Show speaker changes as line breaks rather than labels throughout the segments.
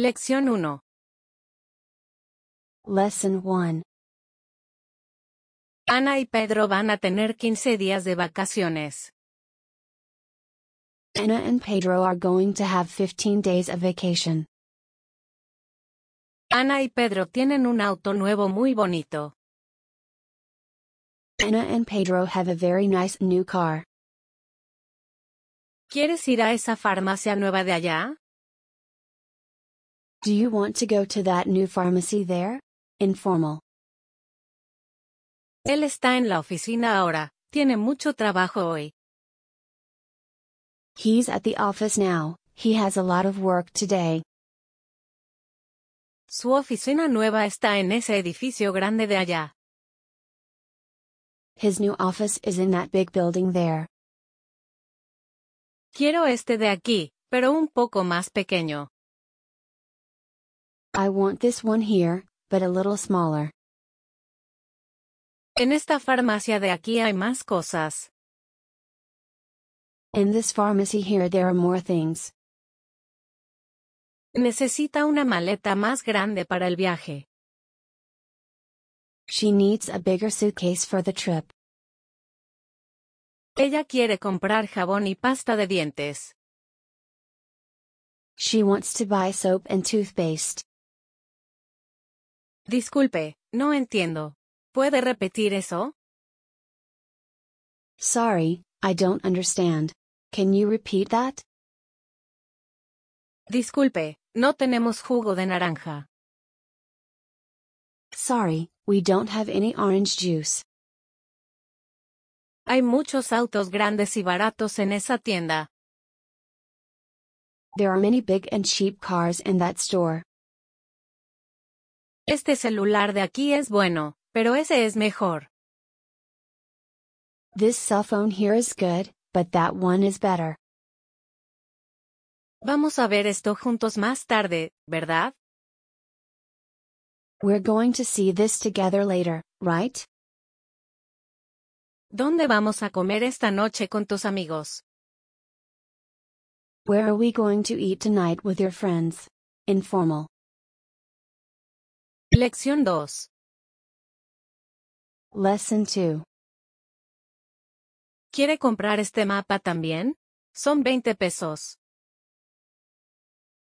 Lección 1.
Lesson 1
Ana y Pedro van a tener 15 días de vacaciones.
Anna and Pedro are going to have 15 days of vacation.
Ana y Pedro tienen un auto nuevo muy bonito.
Anna and Pedro have a very nice new car.
¿Quieres ir a esa farmacia nueva de allá?
Do you want to go to that new pharmacy there? Informal.
Él está en la oficina ahora, tiene mucho trabajo hoy.
He's at the office now, he has a lot of work today.
Su oficina nueva está en ese edificio grande de allá.
His new office is in that big building there.
Quiero este de aquí, pero un poco más pequeño.
I want this one here, but a little smaller.
En esta farmacia de aquí hay más cosas.
In this pharmacy here there are more things.
Necesita una maleta más grande para el viaje.
She needs a bigger suitcase for the trip.
Ella quiere comprar jabón y pasta de dientes.
She wants to buy soap and toothpaste.
Disculpe, no entiendo. ¿Puede repetir eso?
Sorry, I don't understand. Can you repeat that?
Disculpe, no tenemos jugo de naranja.
Sorry, we don't have any orange juice.
Hay muchos autos grandes y baratos en esa tienda.
There are many big and cheap cars in that store.
Este celular de aquí es bueno, pero ese es mejor.
This cell phone here is good, but that one is better.
Vamos a ver esto juntos más tarde, ¿verdad?
We're going to see this together later, right?
¿Dónde vamos a comer esta noche con tus amigos?
Where are we going to eat tonight with your friends? Informal.
Lección 2.
Lesson 2
¿Quiere comprar este mapa también? Son 20 pesos.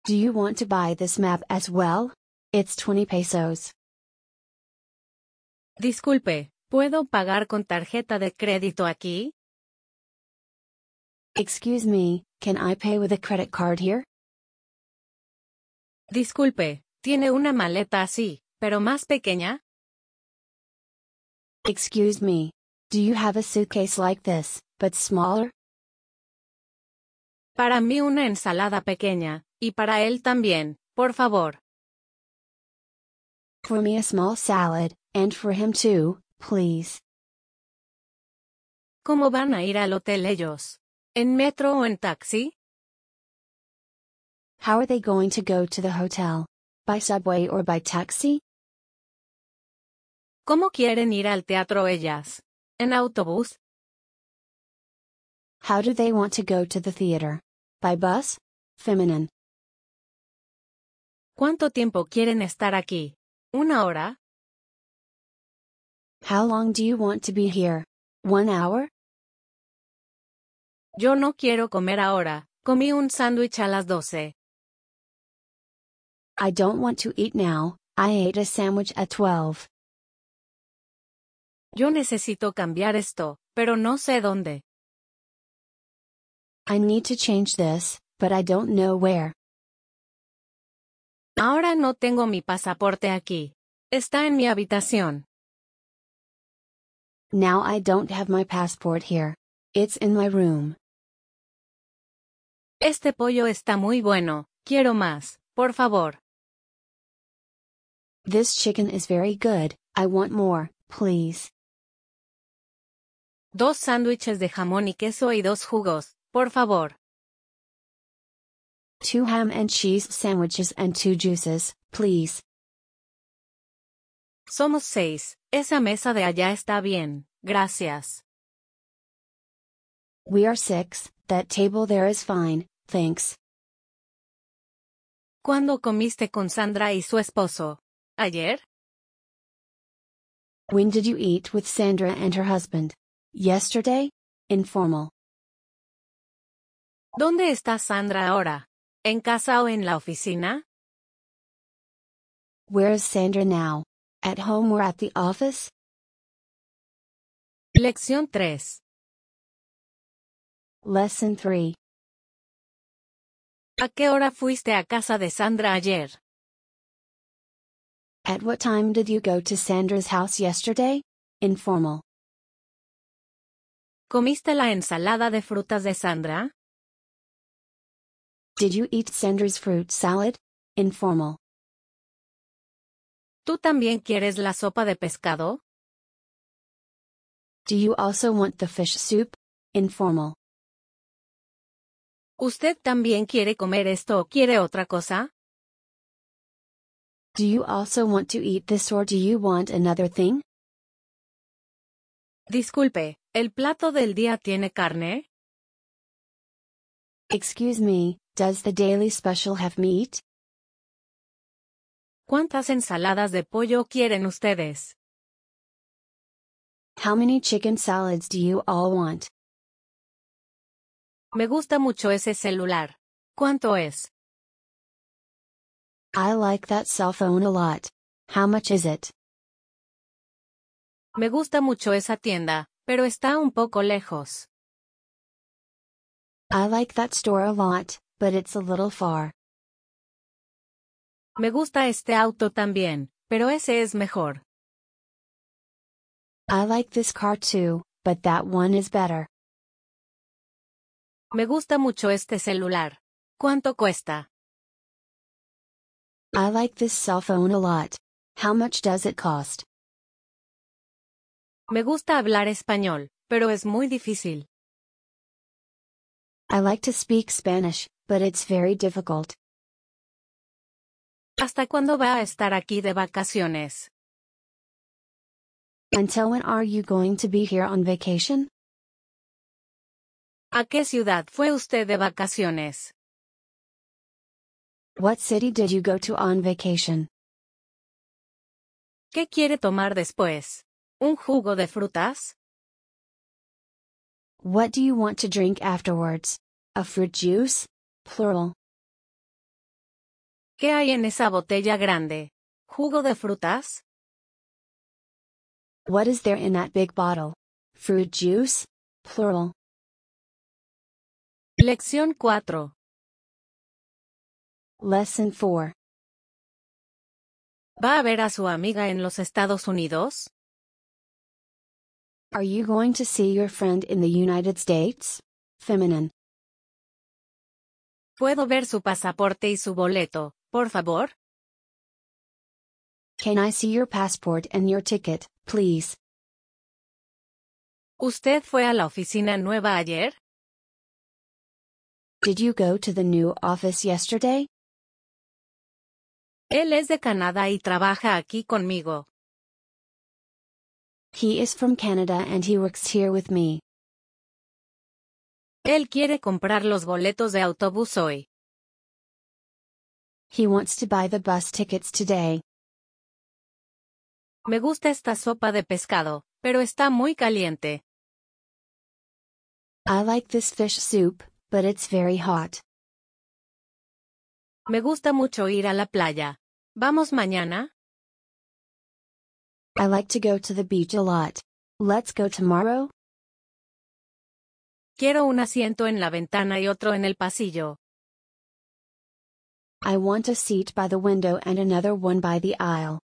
Do you want to buy this map as well? It's 20 pesos.
Disculpe, ¿puedo pagar con tarjeta de crédito aquí?
Excuse me, can I pay with a credit card here?
Disculpe, ¿tiene una maleta así, pero más pequeña?
Excuse me. Do you have a suitcase like this, but smaller?
Para mí una ensalada pequeña, y para él también, por favor.
For me a small salad, and for him too, please.
¿Cómo van a ir al hotel ellos? ¿En metro o en taxi?
How are they going to go to the hotel? By subway or by taxi?
¿Cómo quieren ir al teatro ellas? ¿En autobús?
How do they want to go to the theater? By bus? Feminine.
¿Cuánto tiempo quieren estar aquí? ¿Una hora?
How long do you want to be here? One hour?
Yo no quiero comer ahora, comí un sándwich a las 12.
I don't want to eat now, I ate a sandwich at 12.
Yo necesito cambiar esto, pero no sé dónde.
I need to change this, but I don't know where.
Ahora no tengo mi pasaporte aquí. Está en mi habitación.
Now I don't have my passport here. It's in my room.
Este pollo está muy bueno, quiero más, por favor.
This chicken is very good, I want more, please.
Dos sándwiches de jamón y queso y dos jugos, por favor.
Two ham and cheese sandwiches and two juices, please.
Somos seis, esa mesa de allá está bien, gracias.
We are six, that table there is fine, thanks.
¿Cuándo comiste con Sandra y su esposo? ¿Ayer?
When did you eat with Sandra and her husband? Yesterday? Informal.
¿Dónde está Sandra ahora? ¿En casa o en la oficina?
Where is Sandra now? At home or at the office?
Lección 3.
Lesson 3.
¿A qué hora fuiste a casa de Sandra ayer?
At what time did you go to Sandra's house yesterday? Informal.
¿Comiste la ensalada de frutas de Sandra?
Did you eat Sandra's fruit salad? Informal.
¿Tú también quieres la sopa de pescado?
Do you also want the fish soup? Informal.
¿Usted también quiere comer esto o quiere otra cosa?
Do you also want to eat this or do you want another thing?
Disculpe, ¿el plato del día tiene carne?
Excuse me, does the daily special have meat?
¿Cuántas ensaladas de pollo quieren ustedes?
How many chicken salads do you all want?
Me gusta mucho ese celular. ¿Cuánto es?
I like that cell phone a lot. How much is it?
Me gusta mucho esa tienda, pero está un poco lejos.
I like that store a lot, but it's a little far.
Me gusta este auto también, pero ese es mejor.
I like this car too, but that one is better.
Me gusta mucho este celular. ¿Cuánto cuesta?
I like this cell phone a lot. How much does it cost?
Me gusta hablar español, pero es muy difícil.
I like to speak Spanish, but it's very difficult.
¿Hasta cuándo va a estar aquí de vacaciones?
Until when are you going to be here on vacation?
¿A qué ciudad fue usted de vacaciones?
What city did you go to on vacation?
¿Qué quiere tomar después? ¿Un jugo de frutas?
What do you want to drink afterwards? A fruit juice? Plural.
¿Qué hay en esa botella grande? ¿Jugo de frutas?
What is there in that big bottle? Fruit juice? Plural.
Lección 4.
Lesson 4.
¿Va a ver a su amiga en los Estados Unidos?
Are you going to see your friend in the United States? Feminine.
¿Puedo ver su pasaporte y su boleto, por favor?
Can I see your passport and your ticket, please?
¿Usted fue a la oficina nueva ayer?
Did you go to the new office yesterday?
Él es de Canadá y trabaja aquí conmigo.
He is from Canada and he works here with me.
Él quiere comprar los boletos de autobús hoy.
He wants to buy the bus tickets today.
Me gusta esta sopa de pescado, pero está muy caliente.
I like this fish soup, but it's very hot.
Me gusta mucho ir a la playa. ¿Vamos mañana?
I like to go to the beach a lot. Let's go tomorrow?
Quiero un asiento en la ventana y otro en el pasillo.
I want a seat by the window and another one by the aisle.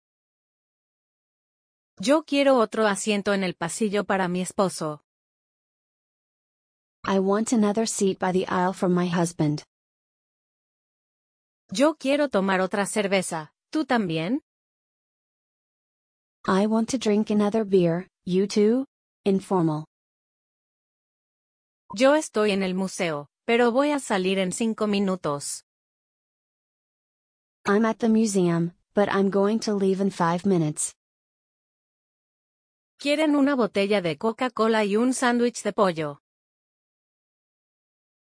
Yo quiero otro asiento en el pasillo para mi esposo.
I want another seat by the aisle for my husband.
Yo quiero tomar otra cerveza. ¿Tú también?
I want to drink another beer, you too? Informal.
Yo estoy en el museo, pero voy a salir en cinco minutos.
I'm at the museum, but I'm going to leave in five minutes.
Quieren una botella de Coca-Cola y un sándwich de pollo.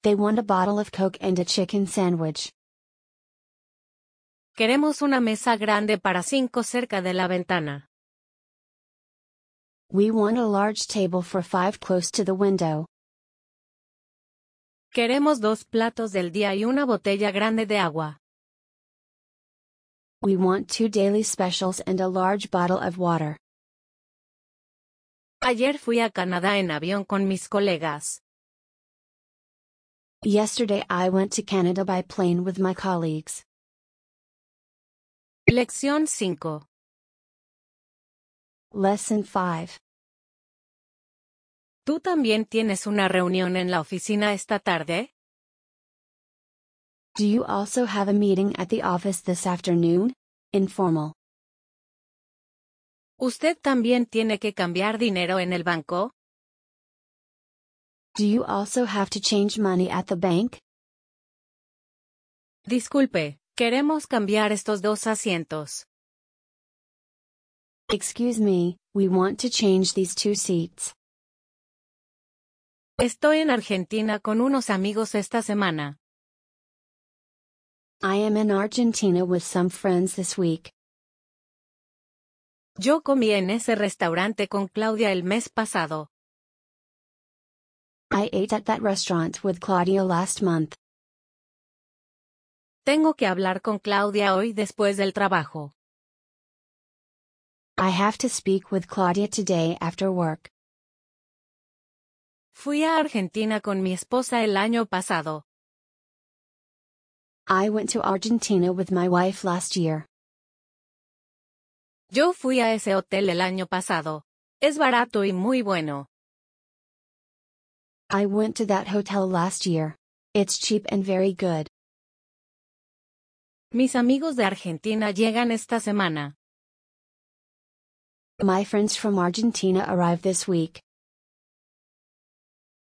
They want a bottle of Coke and a chicken sandwich.
Queremos una mesa grande para cinco cerca de la ventana.
We want a large table for five close to the window.
Queremos dos platos del día y una botella grande de agua.
We want two daily specials and a large bottle of water.
Ayer fui a Canadá en avión con mis colegas.
Yesterday I went to Canada by plane with my colleagues.
Lección 5.
Lesson 5.
¿Tú también tienes una reunión en la oficina esta tarde?
Do you also have a meeting at the office this afternoon? Informal.
¿Usted también tiene que cambiar dinero en el banco?
Do you also have to change money at the bank?
Disculpe, queremos cambiar estos dos asientos.
Excuse me, we want to change these two seats.
Estoy en Argentina con unos amigos esta semana.
I am in Argentina with some friends this week.
Yo comí en ese restaurante con Claudia el mes pasado.
I ate at that restaurant with Claudia last month.
Tengo que hablar con Claudia hoy después del trabajo.
I have to speak with Claudia today after work.
Fui a Argentina con mi esposa el año pasado.
I went to Argentina with my wife last year.
Yo fui a ese hotel el año pasado. Es barato y muy bueno.
I went to that hotel last year. It's cheap and very good.
Mis amigos de Argentina llegan esta semana.
My friends from Argentina arrive this week.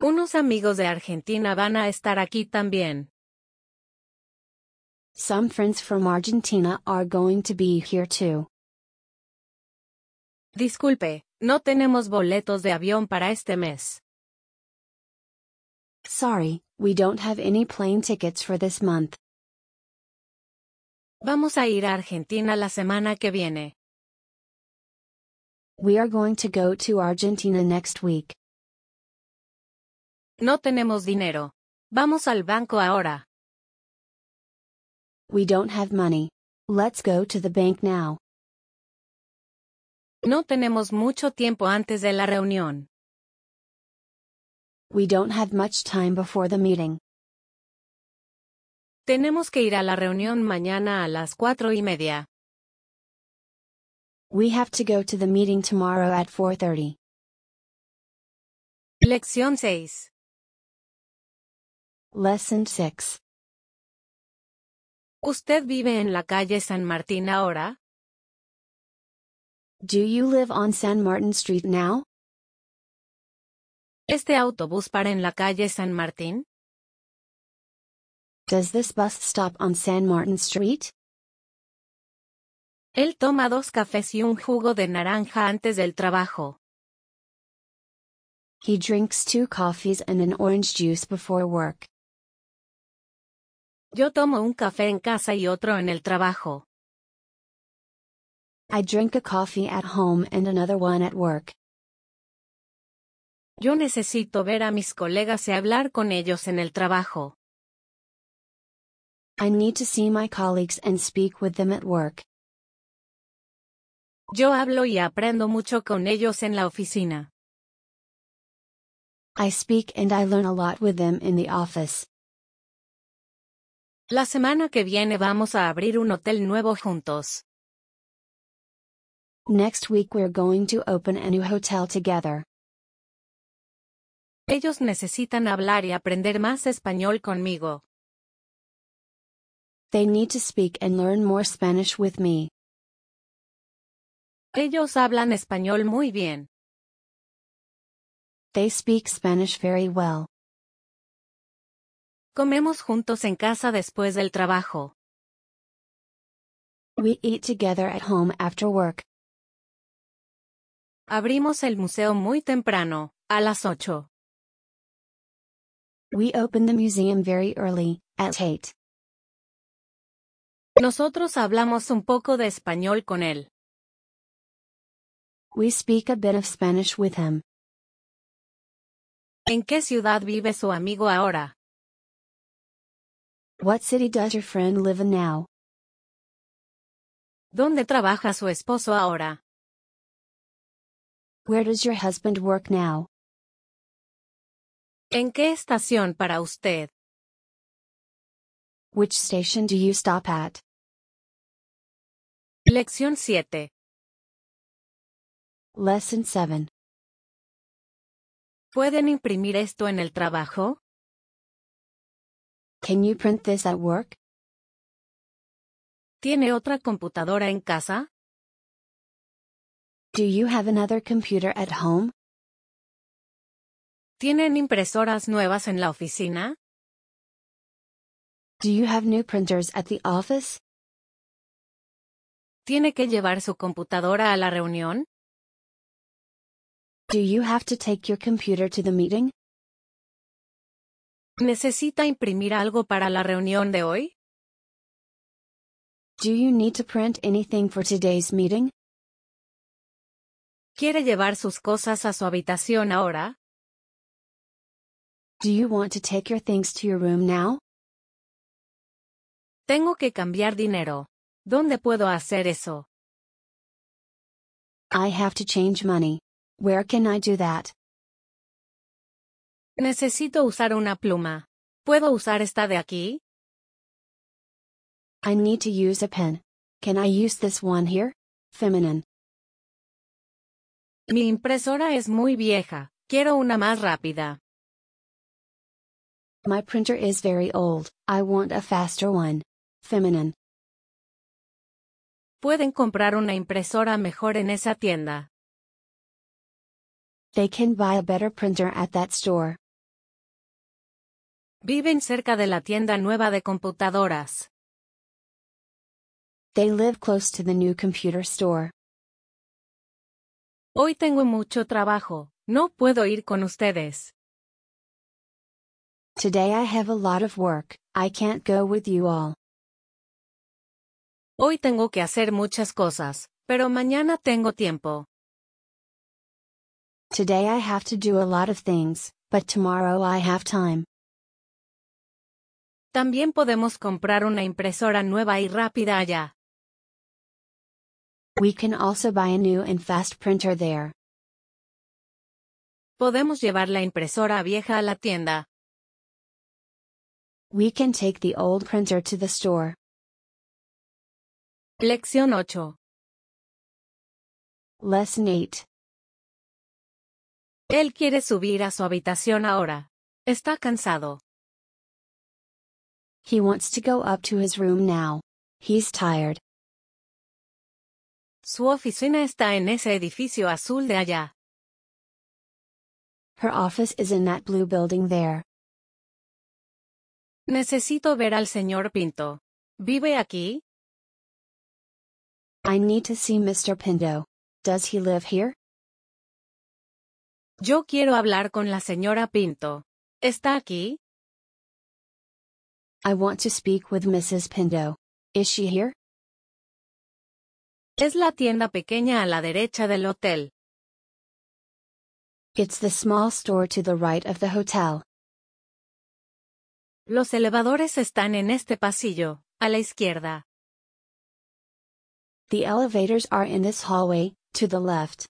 Unos amigos de Argentina van a estar aquí también.
Some friends from Argentina are going to be here too.
Disculpe, no tenemos boletos de avión para este mes.
Sorry, we don't have any plane tickets for this month.
Vamos a ir a Argentina la semana que viene.
We are going to go to Argentina next week.
No tenemos dinero. Vamos al banco ahora.
We don't have money. Let's go to the bank now.
No tenemos mucho tiempo antes de la reunión.
We don't have much time before the meeting.
Tenemos que ir a la reunión mañana a las cuatro y media.
We have to go to the meeting tomorrow at 4:30.
Lección 6.
Lesson 6.
¿Usted vive en la calle San Martín ahora?
Do you live on San Martin Street now?
¿Este autobús para en la calle San Martín?
Does this bus stop on San Martin Street?
Él toma dos cafés y un jugo de naranja antes del trabajo.
He drinks two coffees and an orange juice before work.
Yo tomo un café en casa y otro en el trabajo.
I drink a coffee at home and another one at work.
Yo necesito ver a mis colegas y hablar con ellos en el trabajo.
I need to see my colleagues and speak with them at work.
Yo hablo y aprendo mucho con ellos en la oficina.
I speak and I learn a lot with them in the office.
La semana que viene vamos a abrir un hotel nuevo juntos.
Next week we're going to open a new hotel together.
Ellos necesitan hablar y aprender más español conmigo.
They need to speak and learn more Spanish with me.
Ellos hablan español muy bien.
They speak Spanish very well.
Comemos juntos en casa después del trabajo.
We eat together at home after work.
Abrimos el museo muy temprano, a las 8.
We open the museum very early, at 8.
Nosotros hablamos un poco de español con él.
We speak a bit of Spanish with him.
¿En qué ciudad vive su amigo ahora?
What city does your friend live in now?
¿Dónde trabaja su esposo ahora?
Where does your husband work now?
¿En qué estación para usted?
Which station do you stop at?
Lección 7.
Lesson 7.
¿Pueden imprimir esto en el trabajo?
Can you print this at work?
¿Tiene otra computadora en casa?
Do you have another computer at home?
¿Tienen impresoras nuevas en la oficina?
Do you have new printers at the office?
¿Tiene que llevar su computadora a la reunión?
Do you have to take your computer to the meeting?
¿Necesita imprimir algo para la reunión de hoy?
Do you need to print anything for today's meeting?
¿Quiere llevar sus cosas a su habitación ahora?
Do you want to take your things to your room now?
Tengo que cambiar dinero. ¿Dónde puedo hacer eso?
I have to change money. Where can I do that?
Necesito usar una pluma. ¿Puedo usar esta de aquí?
I need to use a pen. Can I use this one here? Feminine.
Mi impresora es muy vieja. Quiero una más rápida.
My printer is very old. I want a faster one. Feminine.
Pueden comprar una impresora mejor en esa tienda.
They can buy a better printer at that store.
Viven cerca de la tienda nueva de computadoras.
They live close to the new computer store.
Hoy tengo mucho trabajo. No puedo ir con ustedes.
Today I have a lot of work. I can't go with you all.
Hoy tengo que hacer muchas cosas, pero mañana tengo tiempo.
Today I have to do a lot of things, but tomorrow I have time.
También podemos comprar una impresora nueva y rápida allá.
We can also buy a new and fast printer there.
Podemos llevar la impresora vieja a la tienda.
We can take the old printer to the store.
Lección 8.
Lesson 8.
Él quiere subir a su habitación ahora. Está cansado.
He wants to go up to his room now. He's tired.
Su oficina está en ese edificio azul de allá.
Her office is in that blue building there.
Necesito ver al señor Pinto. ¿Vive aquí?
I need to see Mr. Pinto. Does he live here?
Yo quiero hablar con la señora Pinto. ¿Está aquí?
I want to speak with Mrs. Pinto. Is she here?
Es la tienda pequeña a la derecha del hotel.
It's the small store to the right of the hotel.
Los elevadores están en este pasillo, a la izquierda.
The elevators are in this hallway, to the left.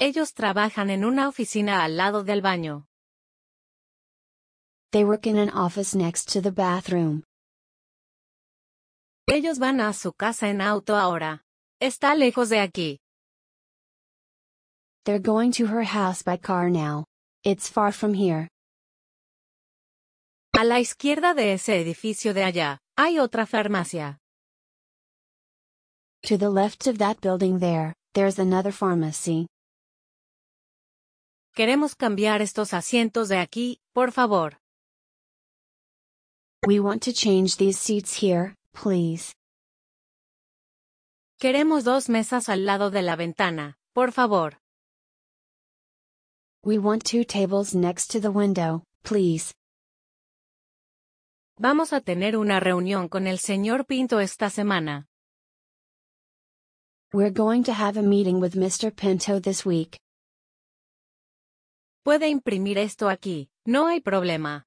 Ellos trabajan en una oficina al lado del baño.
They work in an office next to the bathroom.
Ellos van a su casa en auto ahora. Está lejos de aquí.
They're going to her house by car now. It's far from here.
A la izquierda de ese edificio de allá, hay otra farmacia.
To the left of that building there, there's another pharmacy.
Queremos cambiar estos asientos de aquí, por favor.
We want to change these seats here, please.
Queremos dos mesas al lado de la ventana, por favor.
We want two tables next to the window, please.
Vamos a tener una reunión con el señor Pinto esta semana.
We're going to have a meeting with Mr. Pinto this week.
Puede imprimir esto aquí, no hay problema.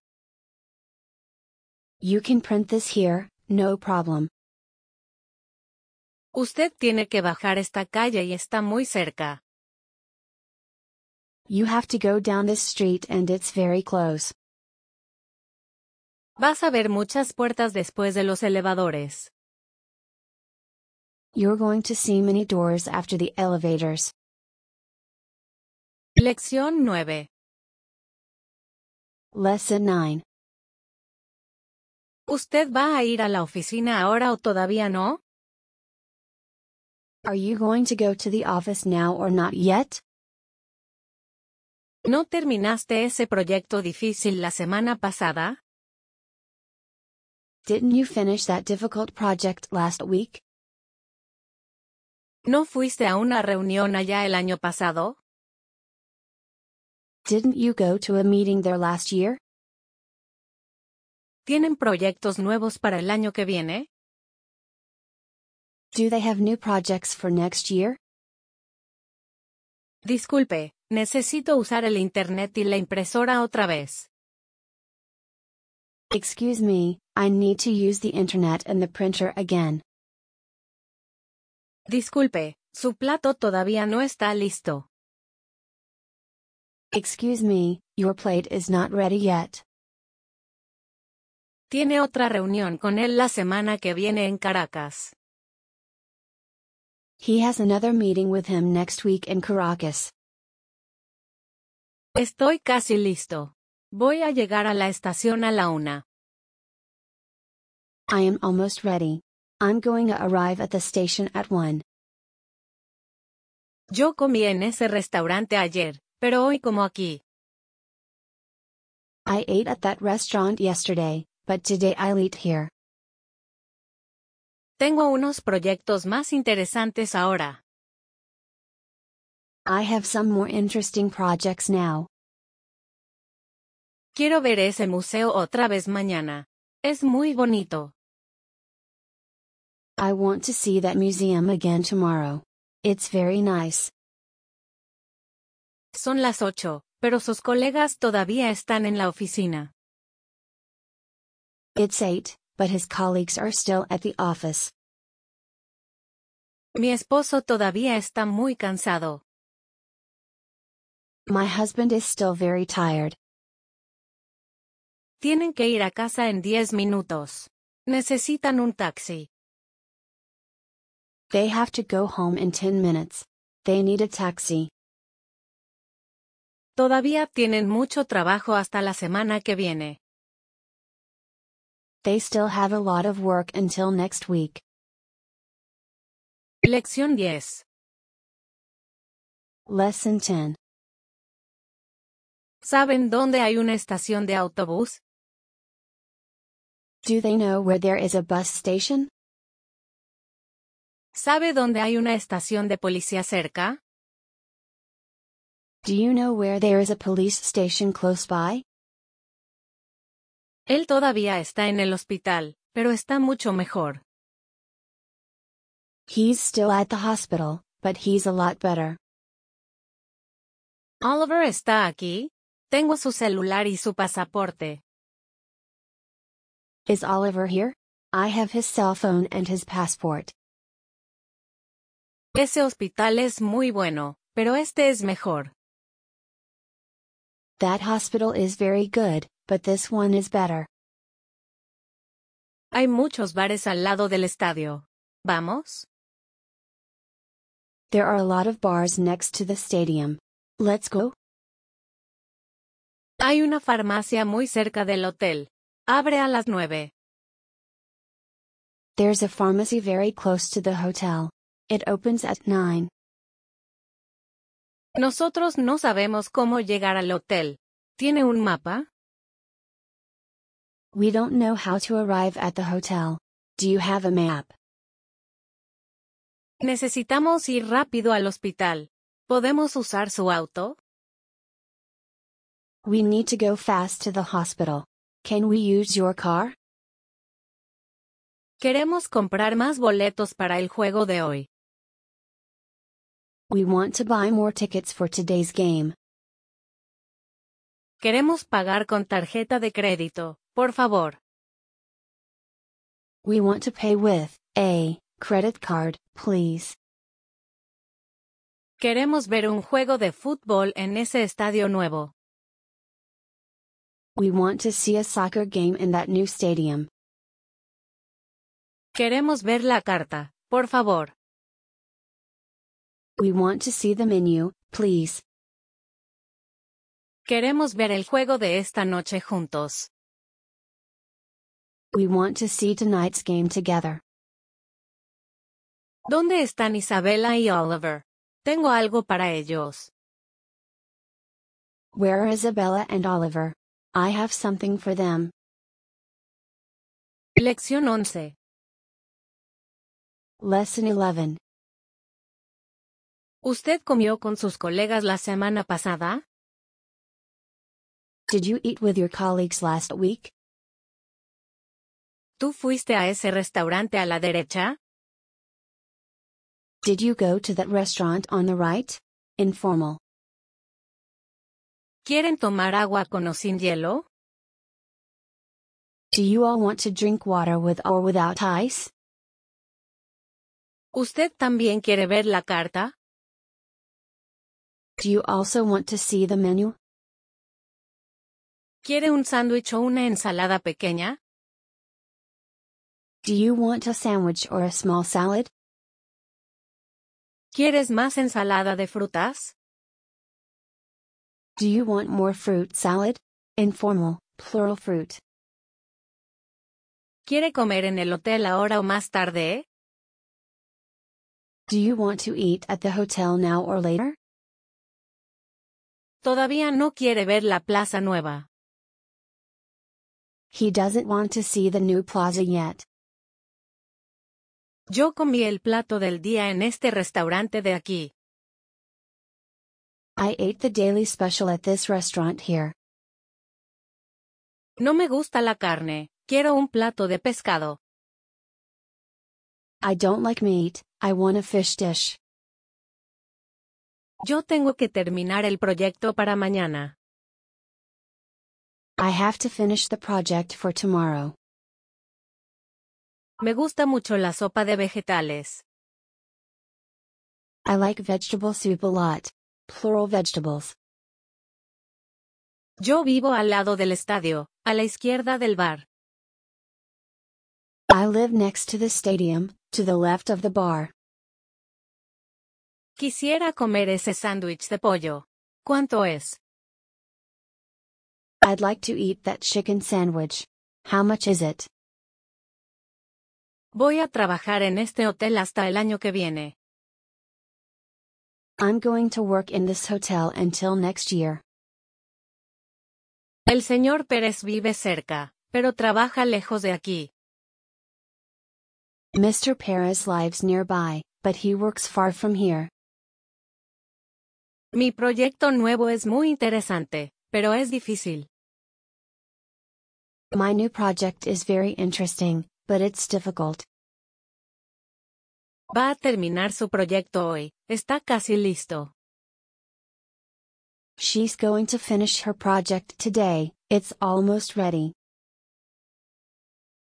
You can print this here, no problem.
Usted tiene que bajar esta calle y está muy cerca.
You have to go down this street and it's very close.
Vas a ver muchas puertas después de los elevadores.
You're going to see many doors after the elevators.
Lección 9.
Lesson 9.
¿Usted va a ir a la oficina ahora o todavía no?
Are you going to go to the office now or not yet?
¿No terminaste ese proyecto difícil la semana pasada?
Didn't you finish that difficult project last week?
¿No fuiste a una reunión allá el año pasado?
Didn't you go to a meeting there last year?
¿Tienen proyectos nuevos para el año que viene?
Do they have new projects for next year?
Disculpe, necesito usar el internet y la impresora otra vez.
Excuse me, I need to use the internet and the printer again.
Disculpe, su plato todavía no está listo.
Excuse me, your plate is not ready yet.
Tiene otra reunión con él la semana que viene en Caracas.
He has another meeting with him next week in Caracas.
Estoy casi listo. Voy a llegar a la estación a la una.
I am almost ready. I'm going to arrive at the station at 1.
Yo comí en ese restaurante ayer, pero hoy como aquí.
I ate at that restaurant yesterday, but today I'll eat here.
Tengo unos proyectos más interesantes ahora.
I have some more interesting projects now.
Quiero ver ese museo otra vez mañana. Es muy bonito.
I want to see that museum again tomorrow. It's very nice.
Son las ocho, pero sus colegas todavía están en la oficina.
It's 8, but his colleagues are still at the office.
Mi esposo todavía está muy cansado.
My husband is still very tired.
Tienen que ir a casa en diez minutos. Necesitan un taxi.
They have to go home in 10 minutes. They need a taxi.
Todavía tienen mucho trabajo hasta la semana que viene.
They still have a lot of work until next week.
Lección 10.
Lesson 10.
¿Saben dónde hay una estación de autobús?
Do they know where there is a bus station?
¿Sabe dónde hay una estación de policía cerca?
Do you know where there is a police station close by?
Él todavía está en el hospital, pero está mucho mejor.
He's still at the hospital, but he's a lot better.
Oliver está aquí. Tengo su celular y su pasaporte.
Is Oliver here? I have his cell phone and his passport.
Ese hospital es muy bueno, pero este es mejor.
That hospital is very good, but this one is better.
Hay muchos bares al lado del estadio. ¿Vamos?
There are a lot of bars next to the stadium. Let's go.
Hay una farmacia muy cerca del hotel. Abre a las nueve.
There's a pharmacy very close to the hotel. It opens at 9.
Nosotros no sabemos cómo llegar al hotel. ¿Tiene un mapa?
We don't know how to arrive at the hotel. Do you have a map?
Necesitamos ir rápido al hospital. ¿Podemos usar su auto?
We need to go fast to the hospital. Can we use your car?
Queremos comprar más boletos para el juego de hoy.
We want to buy more tickets for today's game.
Queremos pagar con tarjeta de crédito, por favor.
We want to pay with a credit card, please.
Queremos ver un juego de fútbol en ese estadio nuevo.
We want to see a soccer game in that new stadium.
Queremos ver la carta, por favor.
We want to see the menu, please.
Queremos ver el juego de esta noche juntos.
We want to see tonight's game together.
¿Dónde están Isabela y Oliver? Tengo algo para ellos.
Where are Isabella and Oliver? I have something for them.
Lección 11.
Lesson 11.
¿Usted comió con sus colegas la semana pasada?
Did you eat with your colleagues last week?
¿Tú fuiste a ese restaurante a la derecha?
Did you go to that restaurant on the right? Informal.
¿Quieren tomar agua con o sin hielo?
Do you all want to drink water with or without ice?
¿Usted también quiere ver la carta?
Do you also want to see the menu?
¿Quiere un sándwich o una ensalada pequeña?
Do you want a sandwich or a small salad?
¿Quieres más ensalada de frutas?
Do you want more fruit salad? Informal, plural fruit.
¿Quiere comer en el hotel ahora o más tarde?
Do you want to eat at the hotel now or later?
Todavía no quiere ver la plaza nueva.
He doesn't want to see the new plaza yet.
Yo comí el plato del día en este restaurante de aquí.
I ate the daily special at this restaurant here.
No me gusta la carne, quiero un plato de pescado.
I don't like meat, I want a fish dish.
Yo tengo que terminar el proyecto para mañana.
I have to finish the project for tomorrow.
Me gusta mucho la sopa de vegetales.
I like vegetable soup a lot. Plural vegetables.
Yo vivo al lado del estadio, a la izquierda del bar.
I live next to the stadium, to the left of the bar.
Quisiera comer ese sándwich de pollo. ¿Cuánto es?
I'd like to eat that chicken sandwich. How much is it?
Voy a trabajar en este hotel hasta el año que viene.
I'm going to work in this hotel until next year.
El señor Pérez vive cerca, pero trabaja lejos de aquí.
Mr. Perez lives nearby, but he works far from here.
Mi proyecto nuevo es muy interesante, pero es difícil.
My new project is very interesting, but it's difficult.
Va a terminar su proyecto hoy, está casi listo.
She's going to finish her project today, it's almost ready.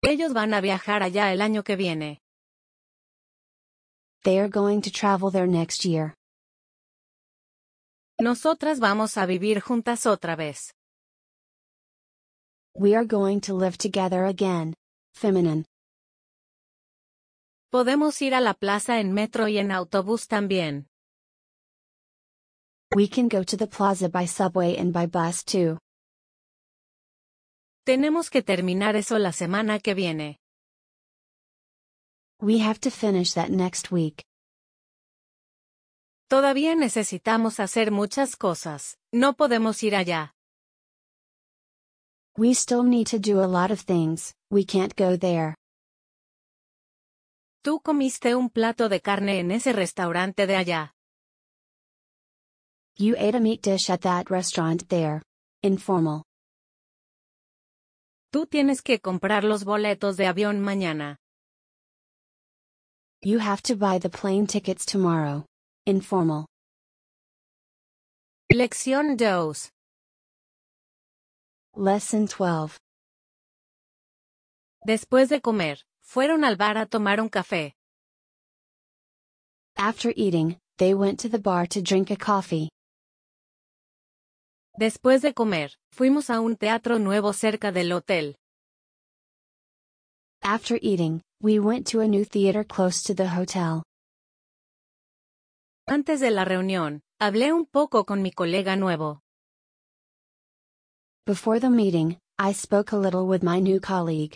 Ellos van a viajar allá el año que viene.
They are going to travel there next year.
Nosotras vamos a vivir juntas otra vez.
We are going to live together again. Feminine.
Podemos ir a la plaza en metro y en autobús también.
We can go to the plaza by subway and by bus too.
Tenemos que terminar eso la semana que viene.
We have to finish that next week.
Todavía necesitamos hacer muchas cosas, no podemos ir allá.
We still need to do a lot of things, we can't go there.
Tú comiste un plato de carne en ese restaurante de allá.
You ate a meat dish at that restaurant there. Informal.
Tú tienes que comprar los boletos de avión mañana.
You have to buy the plane tickets tomorrow. Informal.
Lección 2.
Lesson 12.
Después de comer, fueron al bar a tomar un café.
After eating, they went to the bar to drink a coffee.
Después de comer, fuimos a un teatro nuevo cerca del hotel.
After eating, we went to a new theater close to the hotel.
Antes de la reunión, hablé un poco con mi colega nuevo.
Before the meeting, I spoke a little with my new colleague.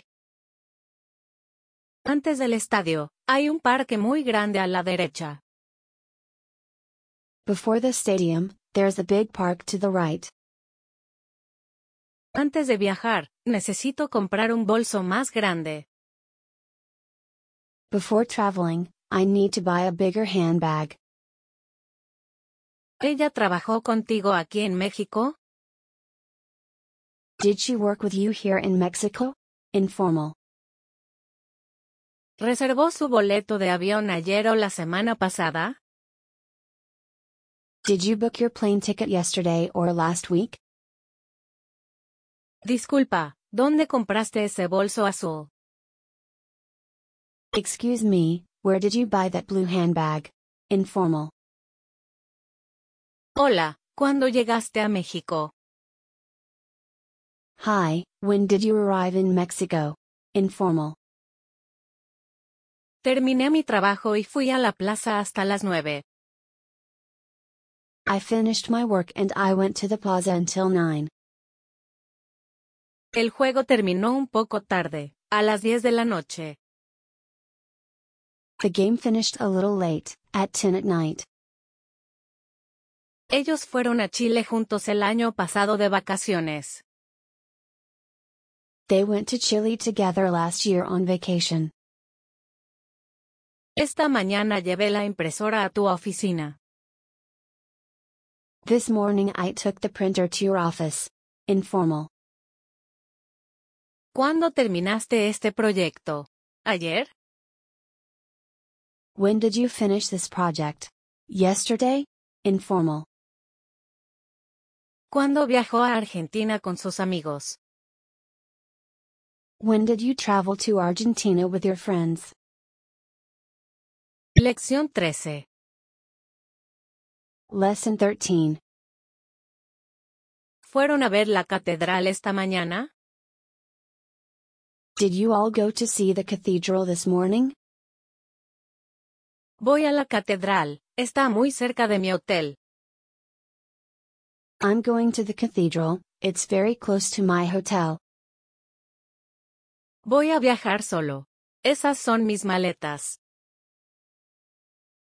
Antes del estadio, hay un parque muy grande a la derecha.
Before the stadium, there's a big park to the right.
Antes de viajar, necesito comprar un bolso más grande.
Before traveling, I need to buy a bigger handbag.
¿Ella trabajó contigo aquí en México?
Did she work with you here in Mexico? Informal.
¿Reservó su boleto de avión ayer o la semana pasada?
Did you book your plane ticket yesterday or last week?
Disculpa, ¿dónde compraste ese bolso azul?
Excuse me, where did you buy that blue handbag? Informal.
Hola, ¿cuándo llegaste a México?
Hi, when did you arrive in Mexico? Informal.
Terminé mi trabajo y fui a la plaza hasta las nueve.
I finished my work and I went to the plaza until 9.
El juego terminó un poco tarde, a las 10 de la noche.
The game finished a little late, at 10 at night.
Ellos fueron a Chile juntos el año pasado de vacaciones.
They went to Chile together last year on vacation.
Esta mañana llevé la impresora a tu oficina.
This morning I took the printer to your office. Informal.
¿Cuándo terminaste este proyecto? ¿Ayer?
When did you finish this project? Yesterday? Informal.
¿Cuándo viajó a Argentina con sus amigos?
When did you travel to Argentina with your friends?
Lección 13.
Lesson 13.
¿Fueron a ver la catedral esta mañana?
Did you all go to see the cathedral this morning?
Voy a la catedral, está muy cerca de mi hotel.
I'm going to the cathedral, it's very close to my hotel.
Voy a viajar solo. Esas son mis maletas.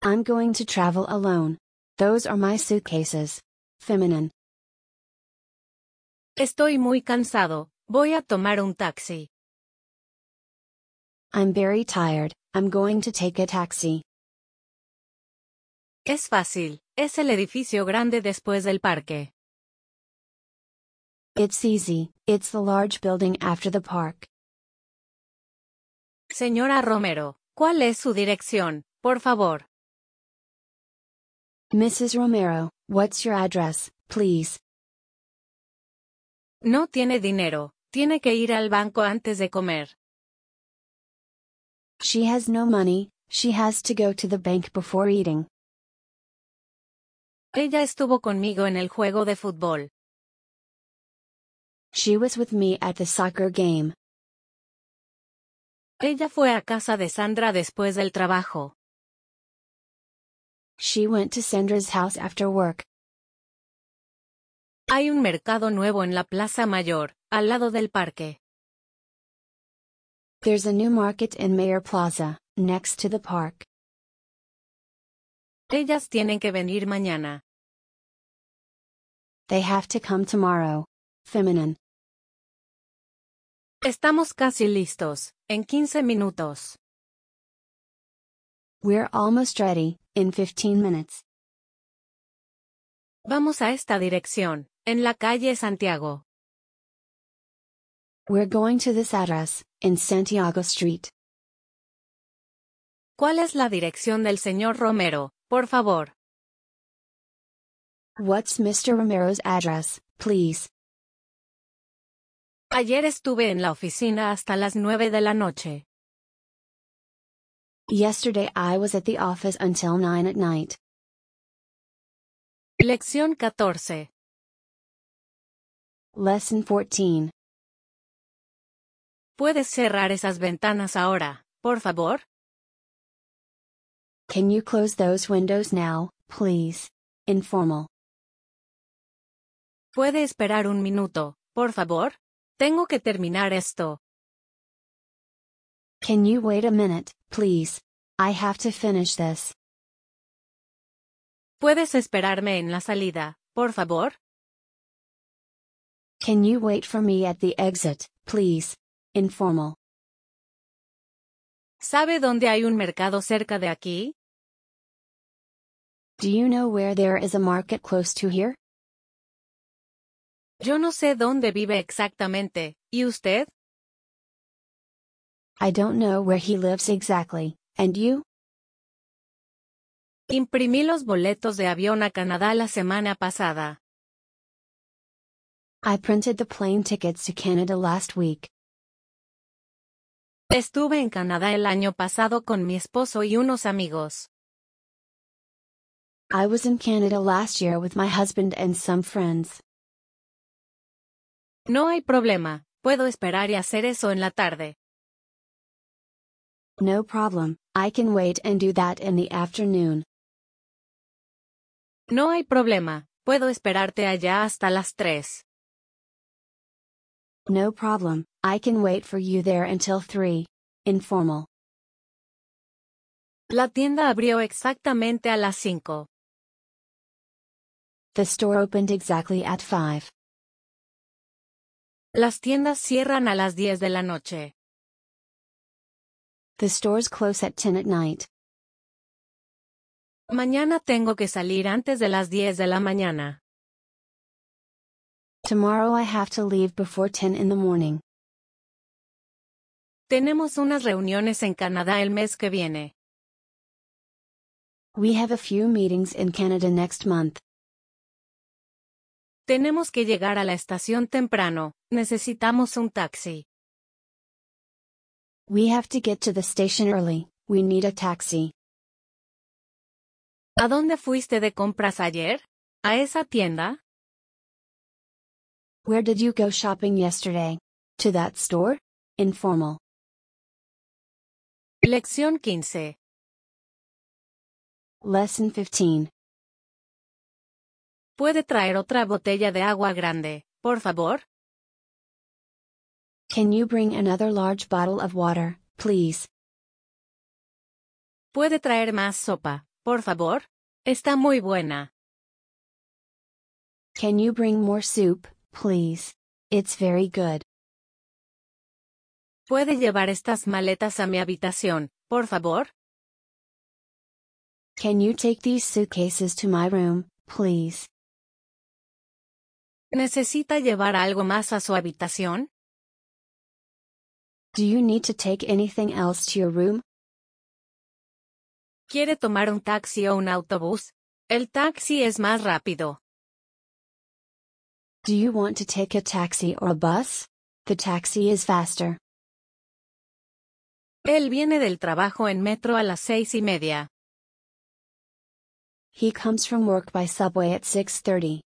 I'm going to travel alone. Those are my suitcases. Feminine.
Estoy muy cansado, voy a tomar un taxi.
I'm very tired, I'm going to take a taxi.
Es fácil, es el edificio grande después del parque.
It's easy, it's the large building after the park.
Señora Romero, ¿cuál es su dirección, por favor?
Mrs. Romero, what's your address, please?
No tiene dinero, tiene que ir al banco antes de comer.
She has no money, she has to go to the bank before eating.
Ella estuvo conmigo en el juego de fútbol.
She was with me at the soccer game.
Ella fue a casa de Sandra después del trabajo.
She went to Sandra's house after work.
Hay un mercado nuevo en la Plaza Mayor, al lado del parque.
There's a new market in Mayor Plaza, next to the park.
Ellas tienen que venir mañana.
They have to come tomorrow. Feminine.
Estamos casi listos, en 15 minutos.
We're almost ready, in 15 minutes.
Vamos a esta dirección, en la calle Santiago.
We're going to this address, in Santiago Street.
¿Cuál es la dirección del señor Romero, por favor?
What's Mr. Romero's address, please?
Ayer estuve en la oficina hasta las 9 de la noche.
Yesterday I was at the office until 9 at night.
Lección 14.
Lesson 14.
¿Puedes cerrar esas ventanas ahora, por favor?
Can you close those windows now, please? Informal.
¿Puede esperar un minuto, por favor? Tengo que terminar esto.
Can you wait a minute, please? I have to finish this.
¿Puedes esperarme en la salida, por favor?
Can you wait for me at the exit, please? Informal.
¿Sabe dónde hay un mercado cerca de aquí?
Do you know where there is a market close to here?
Yo no sé dónde vive exactamente, ¿y usted?
I don't know where he lives exactly, and you?
Imprimí los boletos de avión a Canadá la semana pasada.
I printed the plane tickets to Canada last week.
Estuve en Canadá el año pasado con mi esposo y unos amigos.
I was in Canada last year with my husband and some friends.
No hay problema, puedo esperar y hacer eso en la tarde.
No problem, I can wait and do that in the afternoon.
No hay problema, puedo esperarte allá hasta las 3.
No problem, I can wait for you there until 3. Informal.
La tienda abrió exactamente a las 5.
The store opened exactly at 5.
Las tiendas cierran a las 10 de la noche.
The stores close at 10 at night.
Mañana tengo que salir antes de las 10 de la mañana.
Tomorrow I have to leave before 10 in the morning.
Tenemos unas reuniones en Canadá el mes que viene.
We have a few meetings in Canada next month.
Tenemos que llegar a la estación temprano, necesitamos un taxi.
We have to get to the station early. We need a taxi.
¿A dónde fuiste de compras ayer? ¿A esa tienda?
Where did you go shopping yesterday? To that store? Informal.
Lección 15.
Lesson 15.
¿Puede traer otra botella de agua grande, por favor?
Can you bring another large bottle of water, please?
¿Puede traer más sopa, por favor? Está muy buena.
Can you bring more soup, please? It's very good.
¿Puede llevar estas maletas a mi habitación, por favor?
Can you take these suitcases to my room, please?
¿Necesita llevar algo más a su habitación?
Do you need to take anything else to your room?
¿Quiere tomar un taxi o un autobús? El taxi es más rápido.
Do you want to take a taxi or a bus? The taxi is faster.
Él viene del trabajo en metro a las seis y media.
He comes from work by subway at 6:30.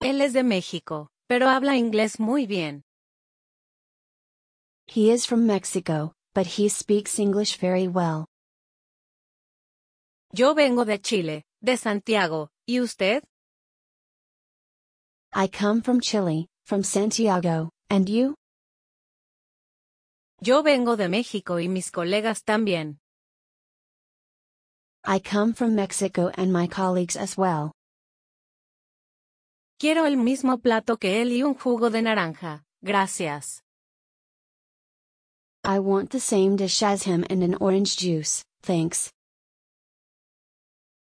Él es de México, pero habla inglés muy bien.
He is from Mexico, but he speaks English very well.
Yo vengo de Chile, de Santiago, ¿y usted?
I come from Chile, from Santiago, and you?
Yo vengo de México y mis colegas también.
I come from Mexico and my colleagues as well.
Quiero el mismo plato que él y un jugo de naranja, gracias.
I want the same dish as him and an orange juice, thanks.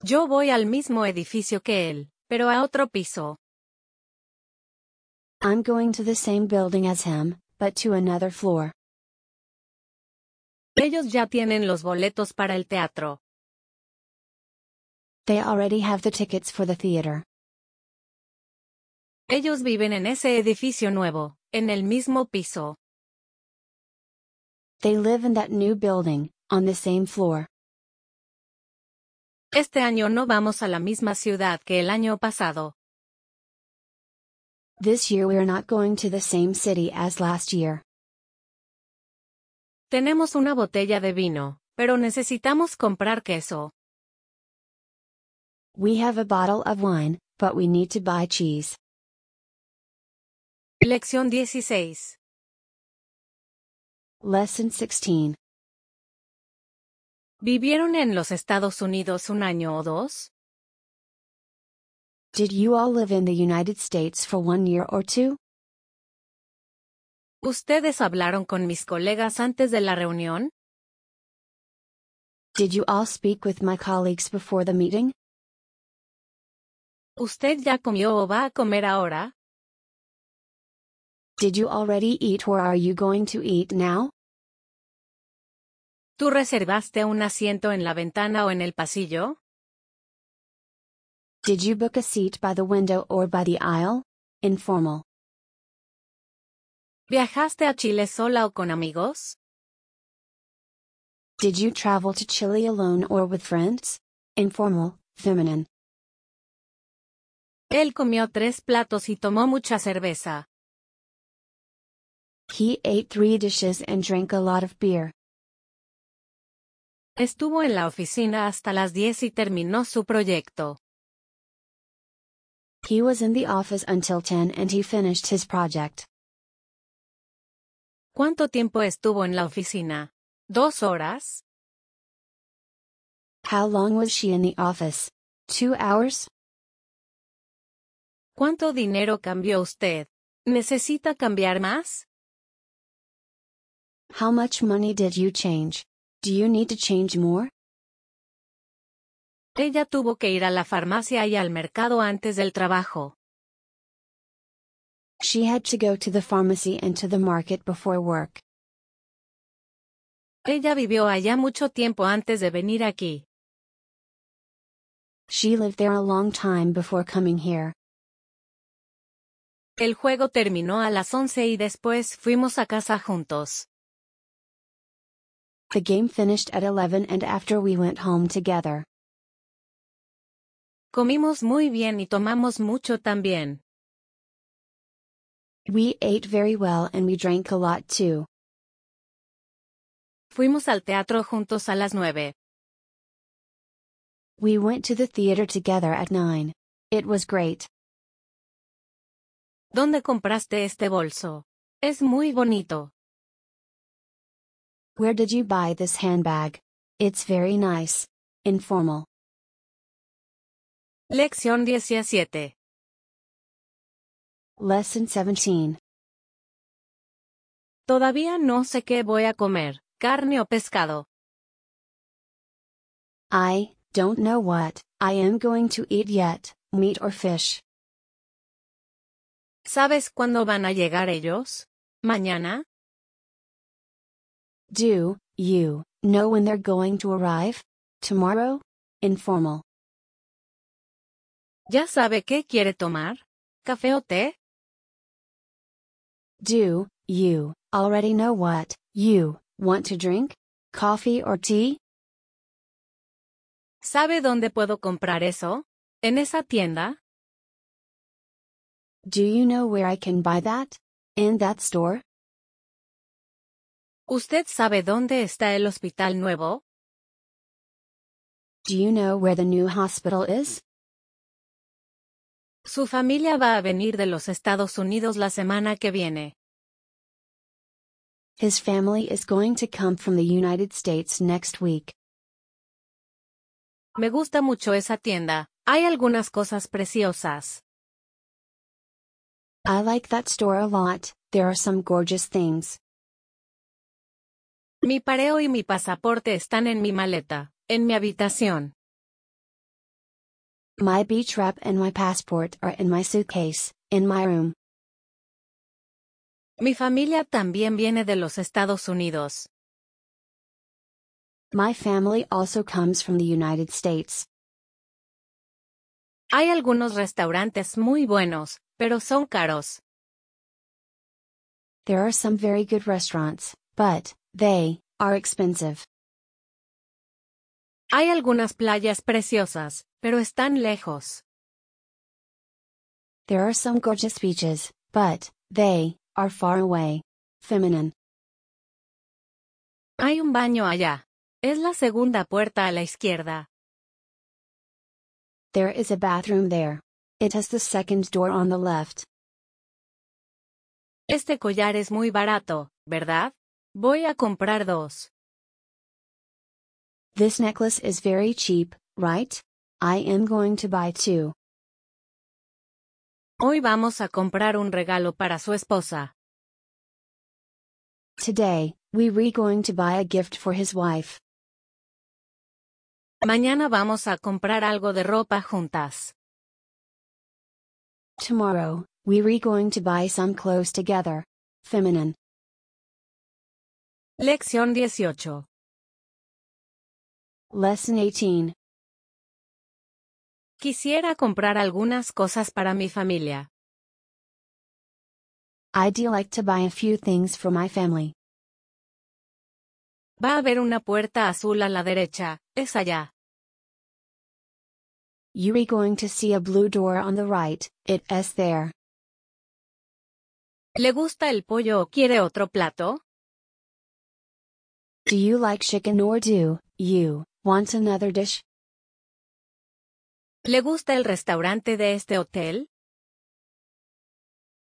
Yo voy al mismo edificio que él, pero a otro piso.
I'm going to the same building as him, but to another floor.
Ellos ya tienen los boletos para el teatro.
They already have the tickets for the theater.
Ellos viven en ese edificio nuevo, en el mismo piso.
They live in that new building, on the same floor.
Este año no vamos a la misma ciudad que el año pasado.
This year we are not going to the same city as last year.
Tenemos una botella de vino, pero necesitamos comprar queso.
We have a bottle of wine, but we need to buy cheese.
Lección 16.
Lesson 16.
¿Vivieron en los Estados Unidos un año o dos?
Did you all live in the United States for one year or two?
¿Ustedes hablaron con mis colegas antes de la reunión?
Did you all speak with my colleagues before the meeting?
¿Usted ya comió o va a comer ahora?
Did you already eat or are you going to eat now?
¿Tú reservaste un asiento en la ventana o en el pasillo?
Did you book a seat by the window or by the aisle? Informal.
¿Viajaste a Chile sola o con amigos?
Did you travel to Chile alone or with friends? Informal, feminine.
Él comió tres platos y tomó mucha cerveza.
He ate three dishes and drank a lot of beer.
Estuvo en la oficina hasta las 10 y terminó su proyecto.
He was in the office until 10 and he finished his project.
¿Cuánto tiempo estuvo en la oficina? ¿Dos horas?
How long was she in the office? Two hours?
¿Cuánto dinero cambió usted? ¿Necesita cambiar más?
How much money did you change? Do you need to change more?
Ella tuvo que ir a la farmacia y al mercado antes del trabajo.
She had to go to the pharmacy and to the market before work.
Ella vivió allá mucho tiempo antes de venir aquí.
She lived there a long time before coming here.
El juego terminó a las 11 y después fuimos a casa juntos.
The game finished at 11 and after we went home together.
Comimos muy bien y tomamos mucho también.
We ate very well and we drank a lot too.
Fuimos al teatro juntos a las 9.
We went to the theater together at 9. It was great.
¿Dónde compraste este bolso? Es muy bonito.
Where did you buy this handbag? It's very nice. Informal.
Lección 17.
Lesson 17.
Todavía no sé qué voy a comer, carne o pescado.
I don't know what I am going to eat yet, meat or fish.
¿Sabes cuándo van a llegar ellos? ¿Mañana?
Do you know when they're going to arrive? Tomorrow? Informal.
¿Ya sabe qué quiere tomar? ¿Café o té?
Do you already know what you want to drink? Coffee or tea?
¿Sabe dónde puedo comprar eso? ¿En esa tienda?
Do you know where I can buy that? In that store?
¿Usted sabe dónde está el hospital nuevo?
Do you know where the new hospital is?
Su familia va a venir de los Estados Unidos la semana que viene.
His family is going to come from the United States next week.
Me gusta mucho esa tienda. Hay algunas cosas preciosas.
I like that store a lot, there are some gorgeous things.
Mi pareo y mi pasaporte están en mi maleta, en mi habitación.
My beach wrap and my passport are in my suitcase, in my room.
Mi familia también viene de los Estados Unidos.
My family also comes from the United States.
Hay algunos restaurantes muy buenos, pero son caros.
There are some very good restaurants, but they are expensive.
Hay algunas playas preciosas, pero están lejos.
There are some gorgeous beaches, but they are far away. Feminine.
Hay un baño allá. Es la segunda puerta a la izquierda.
There is a bathroom there. It has the second door on the left.
Este collar es muy barato, ¿verdad? Voy a comprar dos.
This necklace is very cheap, right? I am going to buy two.
Hoy vamos a comprar un regalo para su esposa.
Today, we re going to buy a gift for his wife.
Mañana vamos a comprar algo de ropa juntas.
Tomorrow, we re going to buy some clothes together. Feminine.
Lección 18.
Lesson 18.
Quisiera comprar algunas cosas para mi familia.
I'd like to buy a few things for my family.
Va a haber una puerta azul a la derecha, es allá.
You are going to see a blue door on the right, it is there.
¿Le gusta el pollo o quiere otro plato?
Do you like chicken or do you want another dish?
¿Le gusta el restaurante de este hotel?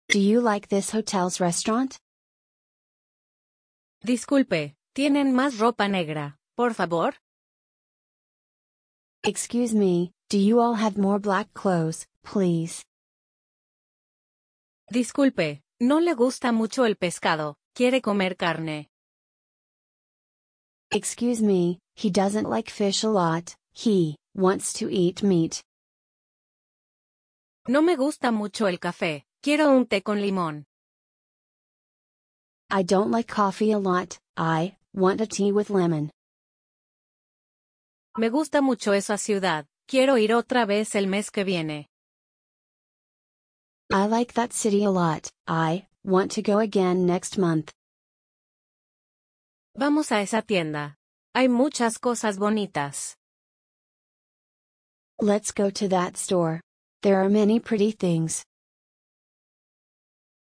Do you like this hotel's restaurant?
Disculpe, ¿tienen más ropa negra, por favor?
Excuse me, do you all have more black clothes, please?
Disculpe, no le gusta mucho el pescado, quiere comer carne.
Excuse me, he doesn't like fish a lot, he wants to eat meat.
No me gusta mucho el café, quiero un té con limón.
I don't like coffee a lot, I want a tea with lemon.
Me gusta mucho esa ciudad, quiero ir otra vez el mes que viene.
I like that city a lot, I want to go again next month.
Vamos a esa tienda. Hay muchas cosas bonitas.
Let's go to that store. There are many pretty things.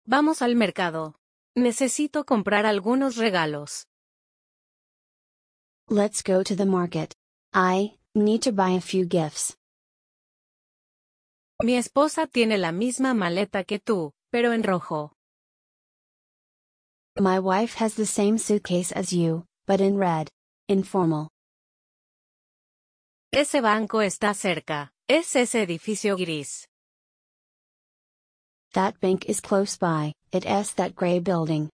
Vamos al mercado. Necesito comprar algunos regalos.
Let's go to the market. I need to buy a few gifts.
Mi esposa tiene la misma maleta que tú, pero en rojo.
My wife has the same suitcase as you, but in red. Informal.
Ese banco está cerca. Es ese edificio gris.
That bank is close by, it is that gray building.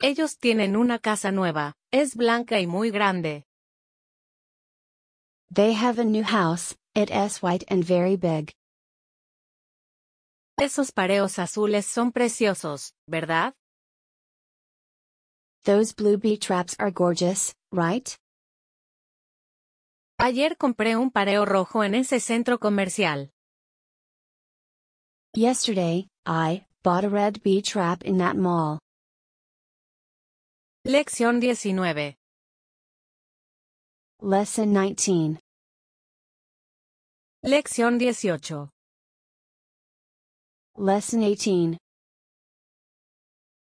Ellos tienen una casa nueva. Es blanca y muy grande.
They have a new house, it is white and very big.
Esos pareos azules son preciosos, ¿verdad?
Those blue beach wraps are gorgeous, right?
Ayer compré un pareo rojo en ese centro comercial.
Yesterday, I bought a red beach wrap in that mall.
Lección 19.
Lesson 19.
Lección 18.
Lesson 18.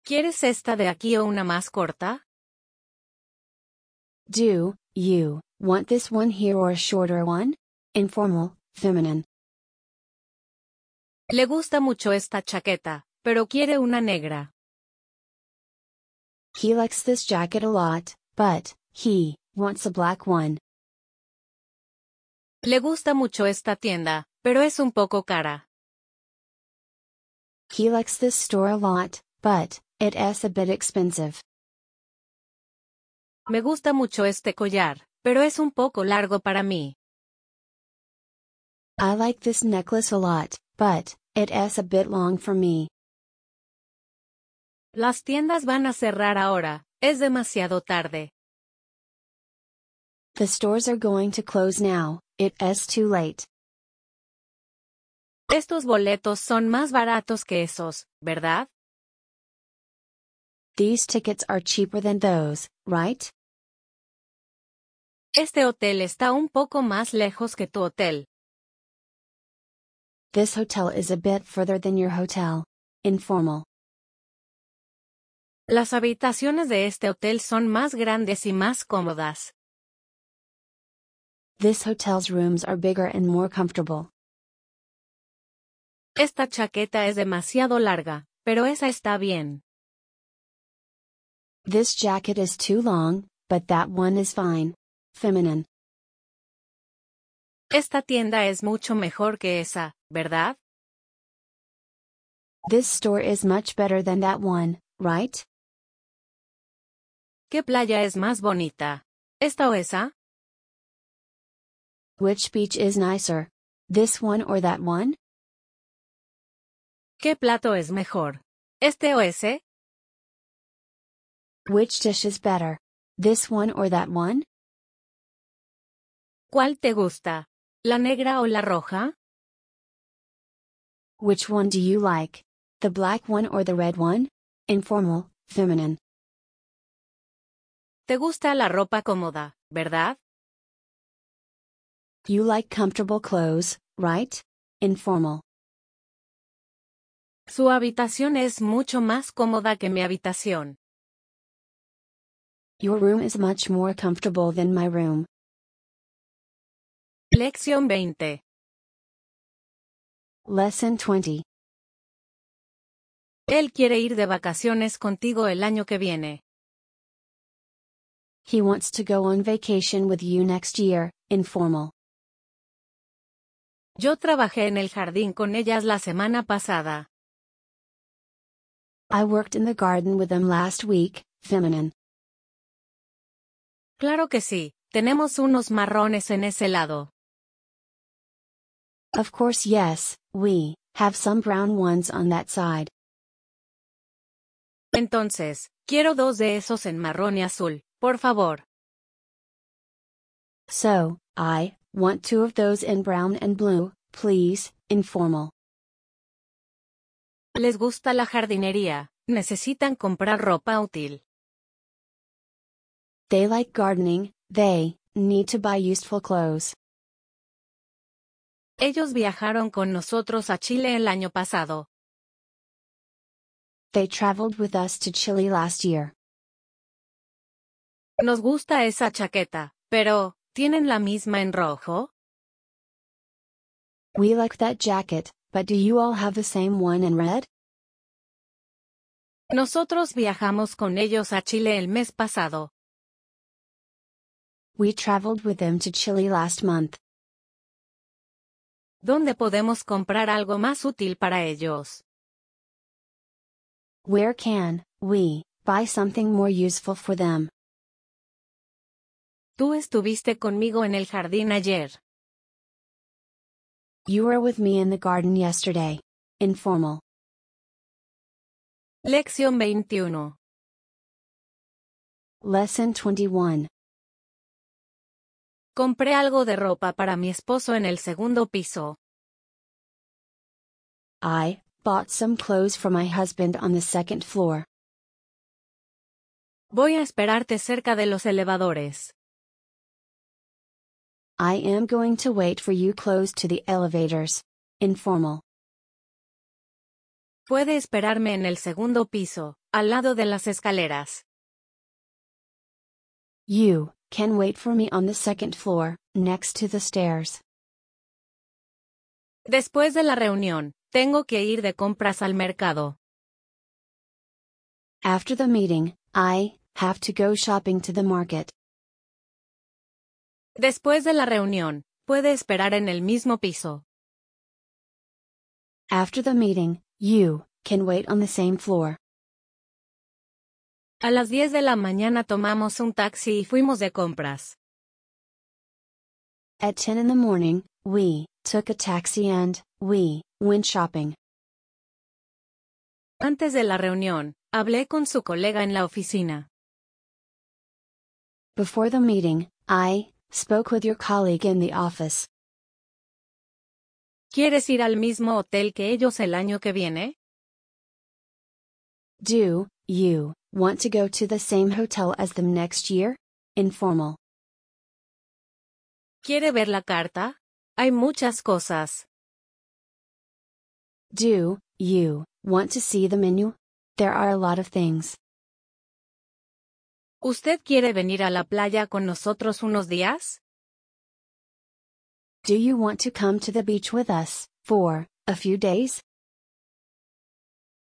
¿Quieres esta de aquí o una más corta?
Do you want this one here or a shorter one? Informal, feminine.
Le gusta mucho esta chaqueta, pero quiere una negra.
He likes this jacket a lot, but he wants a black one.
Le gusta mucho esta tienda, pero es un poco cara.
He likes this store a lot, but it is a bit expensive.
Me gusta mucho este collar, pero es un poco largo para mí.
I like this necklace a lot, but it is a bit long for me.
Las tiendas van a cerrar ahora, es demasiado tarde.
The stores are going to close now, it's too late.
Estos boletos son más baratos que esos, ¿verdad?
These tickets are cheaper than those, right?
Este hotel está un poco más lejos que tu hotel.
This hotel is a bit further than your hotel. Informal.
Las habitaciones de este hotel son más grandes y más cómodas.
This hotel's rooms are bigger and more comfortable.
Esta chaqueta es demasiado larga, pero esa está bien.
This jacket is too long, but that one is fine. Feminine.
Esta tienda es mucho mejor que esa, ¿verdad?
This store is much better than that one, right?
¿Qué playa es más bonita? ¿Esta o esa?
Which beach is nicer? This one or that one?
¿Qué plato es mejor? ¿Este o ese?
Which dish is better? This one or that one?
¿Cuál te gusta? ¿La negra o la roja?
Which one do you like? The black one or the red one? Informal, feminine.
Te gusta la ropa cómoda, ¿verdad?
You like comfortable clothes, right? Informal.
Su habitación es mucho más cómoda que mi habitación.
Your room is much more comfortable than my room.
Lección 20.
Lesson 20.
Él quiere ir de vacaciones contigo el año que viene.
He wants to go on vacation with you next year, informal.
Yo trabajé en el jardín con ellas la semana pasada.
I worked in the garden with them last week, feminine.
Claro que sí, tenemos unos marrones en ese lado.
Of course, yes, we have some brown ones on that side.
Entonces, quiero dos de esos en marrón y azul, por favor.
So, I want two of those in brown and blue, please, informal.
Les gusta la jardinería, necesitan comprar ropa útil.
They like gardening, they need to buy useful clothes.
Ellos viajaron con nosotros a Chile el año pasado.
They traveled with us to Chile last year.
Nos gusta esa chaqueta, pero, ¿tienen la misma en rojo?
We like that jacket, but do you all have the same one in red?
Nosotros viajamos con ellos a Chile el mes pasado.
We traveled with them to Chile last month.
¿Dónde podemos comprar algo más útil para ellos?
Where can we buy something more useful for them?
Tú estuviste conmigo en el jardín ayer.
You were with me in the garden yesterday. Informal.
Lección 21.
Lesson 21.
Compré algo de ropa para mi esposo en el segundo piso.
I bought some clothes for my husband on the second floor.
Voy a esperarte cerca de los elevadores.
I am going to wait for you close to the elevators. Informal.
Puede esperarme en el segundo piso, al lado de las escaleras.
You can wait for me on the second floor, next to the stairs.
Después de la reunión, tengo que ir de compras al mercado.
After the meeting, I have to go shopping to the market.
Después de la reunión, puede esperar en el mismo piso.
After the meeting, you can wait on the same floor.
A las 10 de la mañana tomamos un taxi y fuimos de compras.
At 10 in the morning, we took a taxi and we went shopping.
Antes de la reunión, hablé con su colega en la oficina.
Before the meeting, I Spoke with your colleague in the office.
¿Quieres ir al mismo hotel que ellos el año que viene?
Do you want to go to the same hotel as them next year? Informal.
¿Quiere ver la carta? Hay muchas cosas.
Do you want to see the menu? There are a lot of things.
¿Usted quiere venir a la playa con nosotros unos días?
Do you want to come to the beach with us for a few days?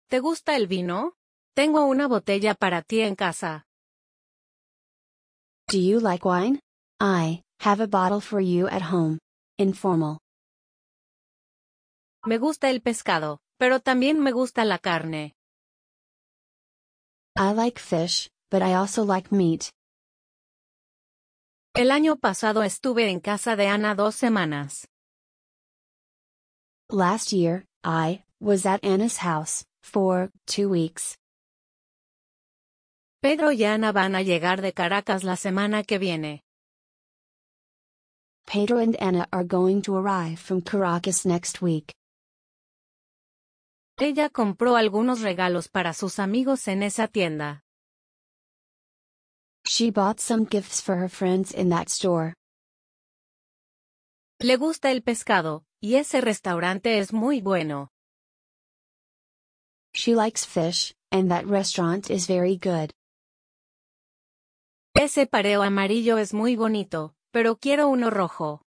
¿Te gusta el vino? Tengo una botella para ti en casa.
Do you like wine? I have a bottle for you at home. Informal.
Me gusta el pescado, pero también me gusta la carne.
I like fish, but I also like meat.
El año pasado estuve en casa de Ana dos semanas.
Last year, I was at Anna's house for two weeks.
Pedro y Ana van a llegar de Caracas la semana que viene.
Pedro and Anna are going to arrive from Caracas next week.
Ella compró algunos regalos para sus amigos en esa tienda.
She bought some gifts for her friends in that store.
Le gusta el pescado, y ese restaurante es muy bueno.
She likes fish, and that restaurant is very good.
Ese pareo amarillo es muy bonito, pero quiero uno rojo.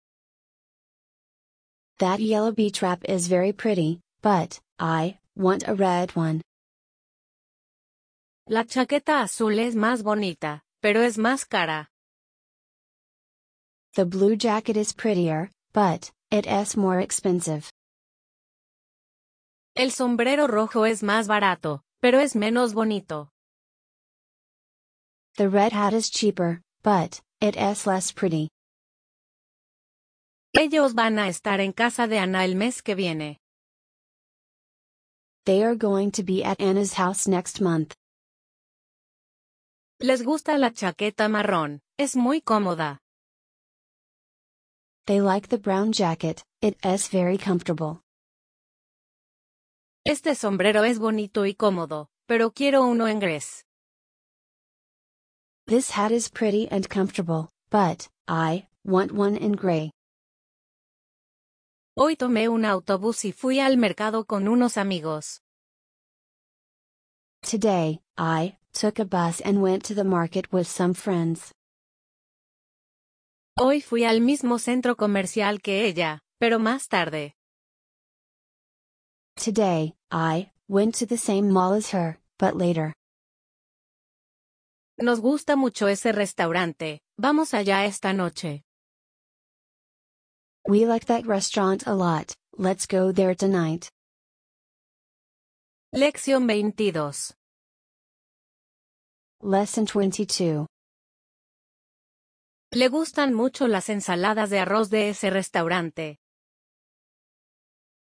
That yellow bee trap is very pretty, but I want a red one.
La chaqueta azul es más bonita, pero es más cara.
The blue jacket is prettier, but it is more expensive.
El sombrero rojo es más barato, pero es menos bonito.
The red hat is cheaper, but it is less pretty.
Ellos van a estar en casa de Ana el mes que viene.
They are going to be at Anna's house next month.
Les gusta la chaqueta marrón, es muy cómoda.
They like the brown jacket, it is very comfortable.
Este sombrero es bonito y cómodo, pero quiero uno en gris.
This hat is pretty and comfortable, but I want one in gray.
Hoy tomé un autobús y fui al mercado con unos amigos.
Today, I took a bus and went to the market with some friends.
Hoy fui al mismo centro comercial que ella, pero más tarde.
Today, I went to the same mall as her, but later.
Nos gusta mucho ese restaurante, vamos allá esta noche.
We like that restaurant a lot, let's go there tonight.
Lección 22.
Lesson 22.
Le gustan mucho las ensaladas de arroz de ese restaurante.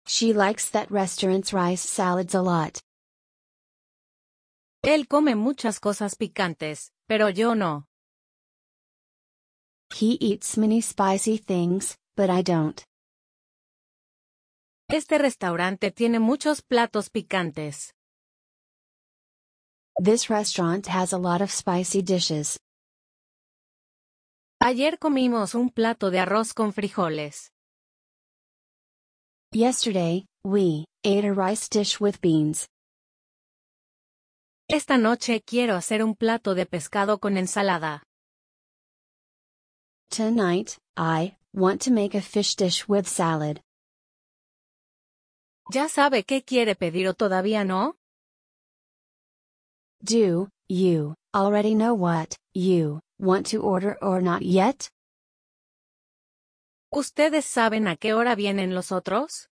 She likes that restaurant's rice salads a lot.
Él come muchas cosas picantes, pero yo no.
He eats many spicy things, but I don't.
Este restaurante tiene muchos platos picantes.
This restaurant has a lot of spicy dishes.
Ayer comimos un plato de arroz con frijoles.
Yesterday, we ate a rice dish with beans.
Esta noche quiero hacer un plato de pescado con ensalada.
Tonight, I want to make a fish dish with salad.
¿Ya sabe qué quiere pedir o todavía no?
Do you already know what you want to order or not yet?
¿Ustedes saben a qué hora vienen los otros?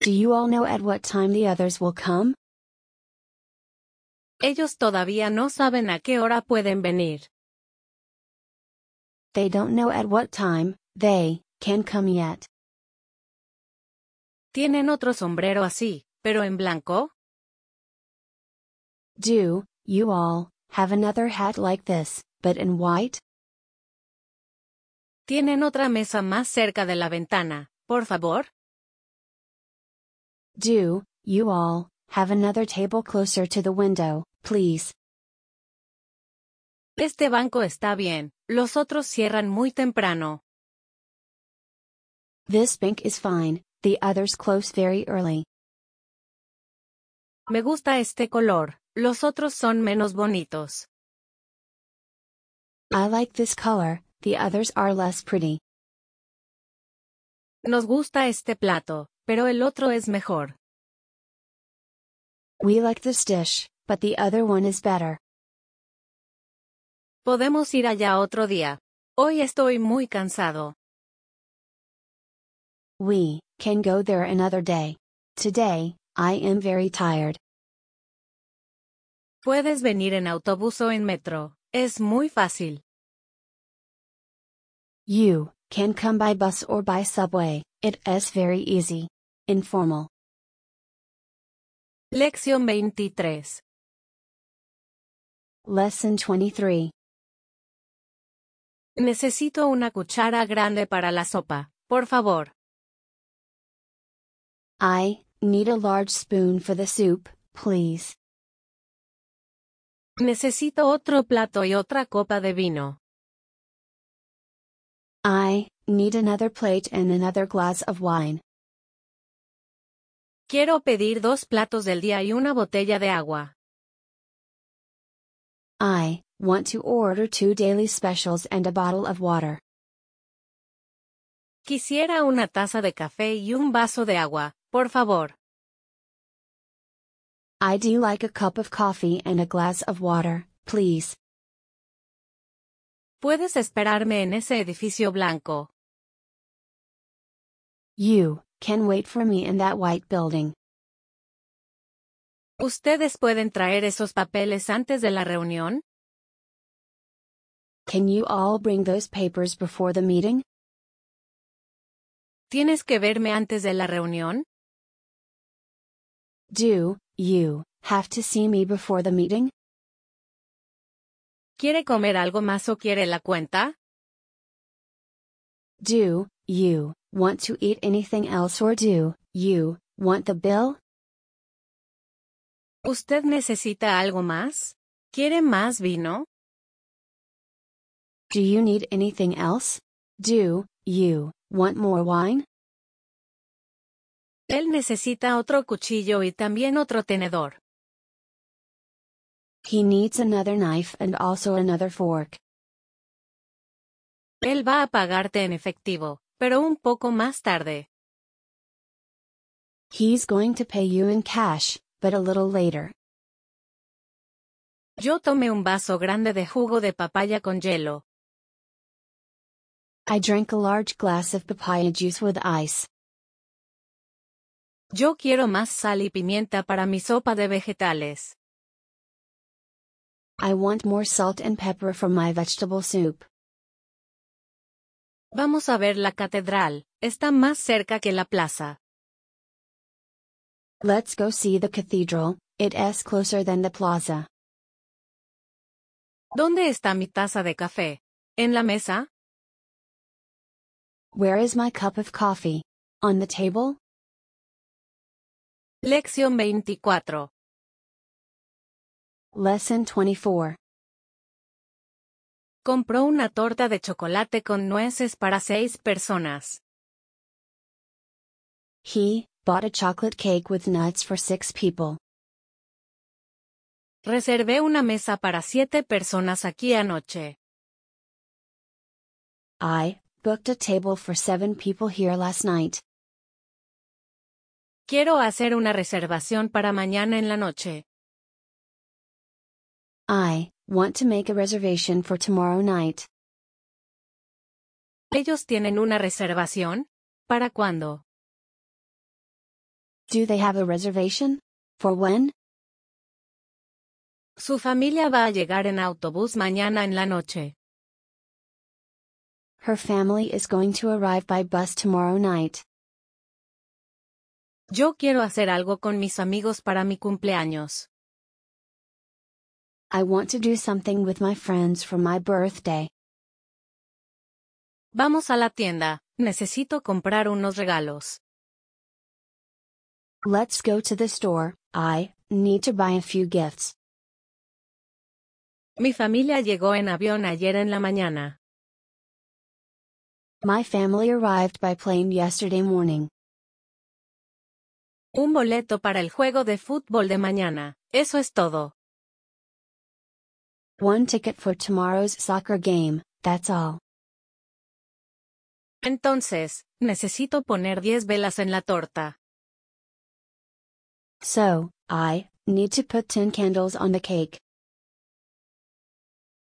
Do you all know at what time the others will come?
Ellos todavía no saben a qué hora pueden venir.
They don't know at what time they can come yet.
Tienen otro sombrero así, pero en blanco.
Do you all have another hat like this, but in white?
¿Tienen otra mesa más cerca de la ventana, por favor?
Do you all have another table closer to the window, please?
Este banco está bien, los otros cierran muy temprano.
This bank is fine, the others close very early.
Me gusta este color, los otros son menos bonitos.
I like this color, the others are less pretty.
Nos gusta este plato, pero el otro es mejor.
We like this dish, but the other one is better.
Podemos ir allá otro día. Hoy estoy muy cansado.
We can go there another day. Today, I am very tired.
Puedes venir en autobús o en metro, es muy fácil.
You can come by bus or by subway, it is very easy. Informal.
Lección 23.
Lesson 23.
Necesito una cuchara grande para la sopa, por favor.
I need a large spoon for the soup, please.
Necesito otro plato y otra copa de vino.
I need another plate and another glass of wine.
Quiero pedir dos platos del día y una botella de agua.
I want to order two daily specials and a bottle of water.
Quisiera una taza de café y un vaso de agua, por favor.
I do like a cup of coffee and a glass of water, please.
¿Puedes esperarme en ese edificio blanco?
You can wait for me in that white building.
¿Ustedes pueden traer esos papeles antes de la reunión?
Can you all bring those papers before the meeting?
¿Tienes que verme antes de la reunión?
Do you have to see me before the meeting?
¿Quiere comer algo más o quiere la cuenta?
Do you want to eat anything else or do you want the bill?
¿Usted necesita algo más? ¿Quiere más vino?
Do you need anything else? Do you want more wine?
Él necesita otro cuchillo y también otro tenedor.
He needs another knife and also another fork.
Él va a pagarte en efectivo, pero un poco más tarde.
He's going to pay you in cash, but a little later.
Yo tomé un vaso grande de jugo de papaya con hielo.
I drank a large glass of papaya juice with ice.
Yo quiero más sal y pimienta para mi sopa de vegetales.
I want more salt and pepper for my vegetable soup.
Vamos a ver la catedral, está más cerca que la plaza.
Let's go see the cathedral, it is closer than the plaza.
¿Dónde está mi taza de café? ¿En la mesa?
Where is my cup of coffee? On the table?
Lección 24.
Lesson 24.
Compró una torta de chocolate con nueces para seis personas.
He bought a chocolate cake with nuts for six people.
Reservé una mesa para siete personas aquí anoche.
I booked a table for seven people here last night.
Quiero hacer una reservación para mañana en la noche.
I want to make a reservation for tomorrow night.
¿Ellos tienen una reservación? ¿Para cuándo?
Do they have a reservation? For when?
Su familia va a llegar en autobús mañana en la noche.
Her family is going to arrive by bus tomorrow night.
Yo quiero hacer algo con mis amigos para mi cumpleaños.
I want to do something with my friends for my birthday.
Vamos a la tienda, necesito comprar unos regalos.
Let's go to the store. I need to buy a few gifts.
Mi familia llegó en avión ayer en la mañana.
My family arrived by plane yesterday morning.
Un boleto para el juego de fútbol de mañana, eso es todo.
One ticket for tomorrow's soccer game, that's all.
Entonces, necesito poner 10 velas en la torta.
So, I need to put 10 candles on the cake.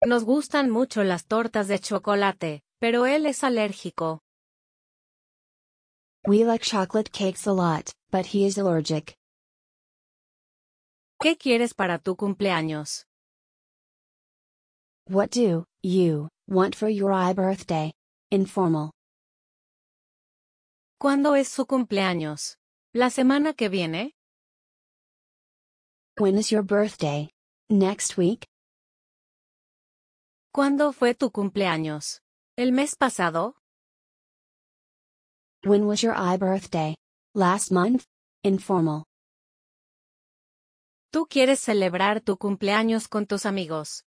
Nos gustan mucho las tortas de chocolate, pero él es alérgico.
We like chocolate cakes a lot, but he is allergic.
¿Qué quieres para tu cumpleaños?
What do you want for your i birthday? Informal.
¿Cuándo es su cumpleaños? ¿La semana que viene?
When is your birthday? Next week?
¿Cuándo fue tu cumpleaños? ¿El mes pasado?
When was your i birthday? Last month? Informal.
Tú quieres celebrar tu cumpleaños con tus amigos.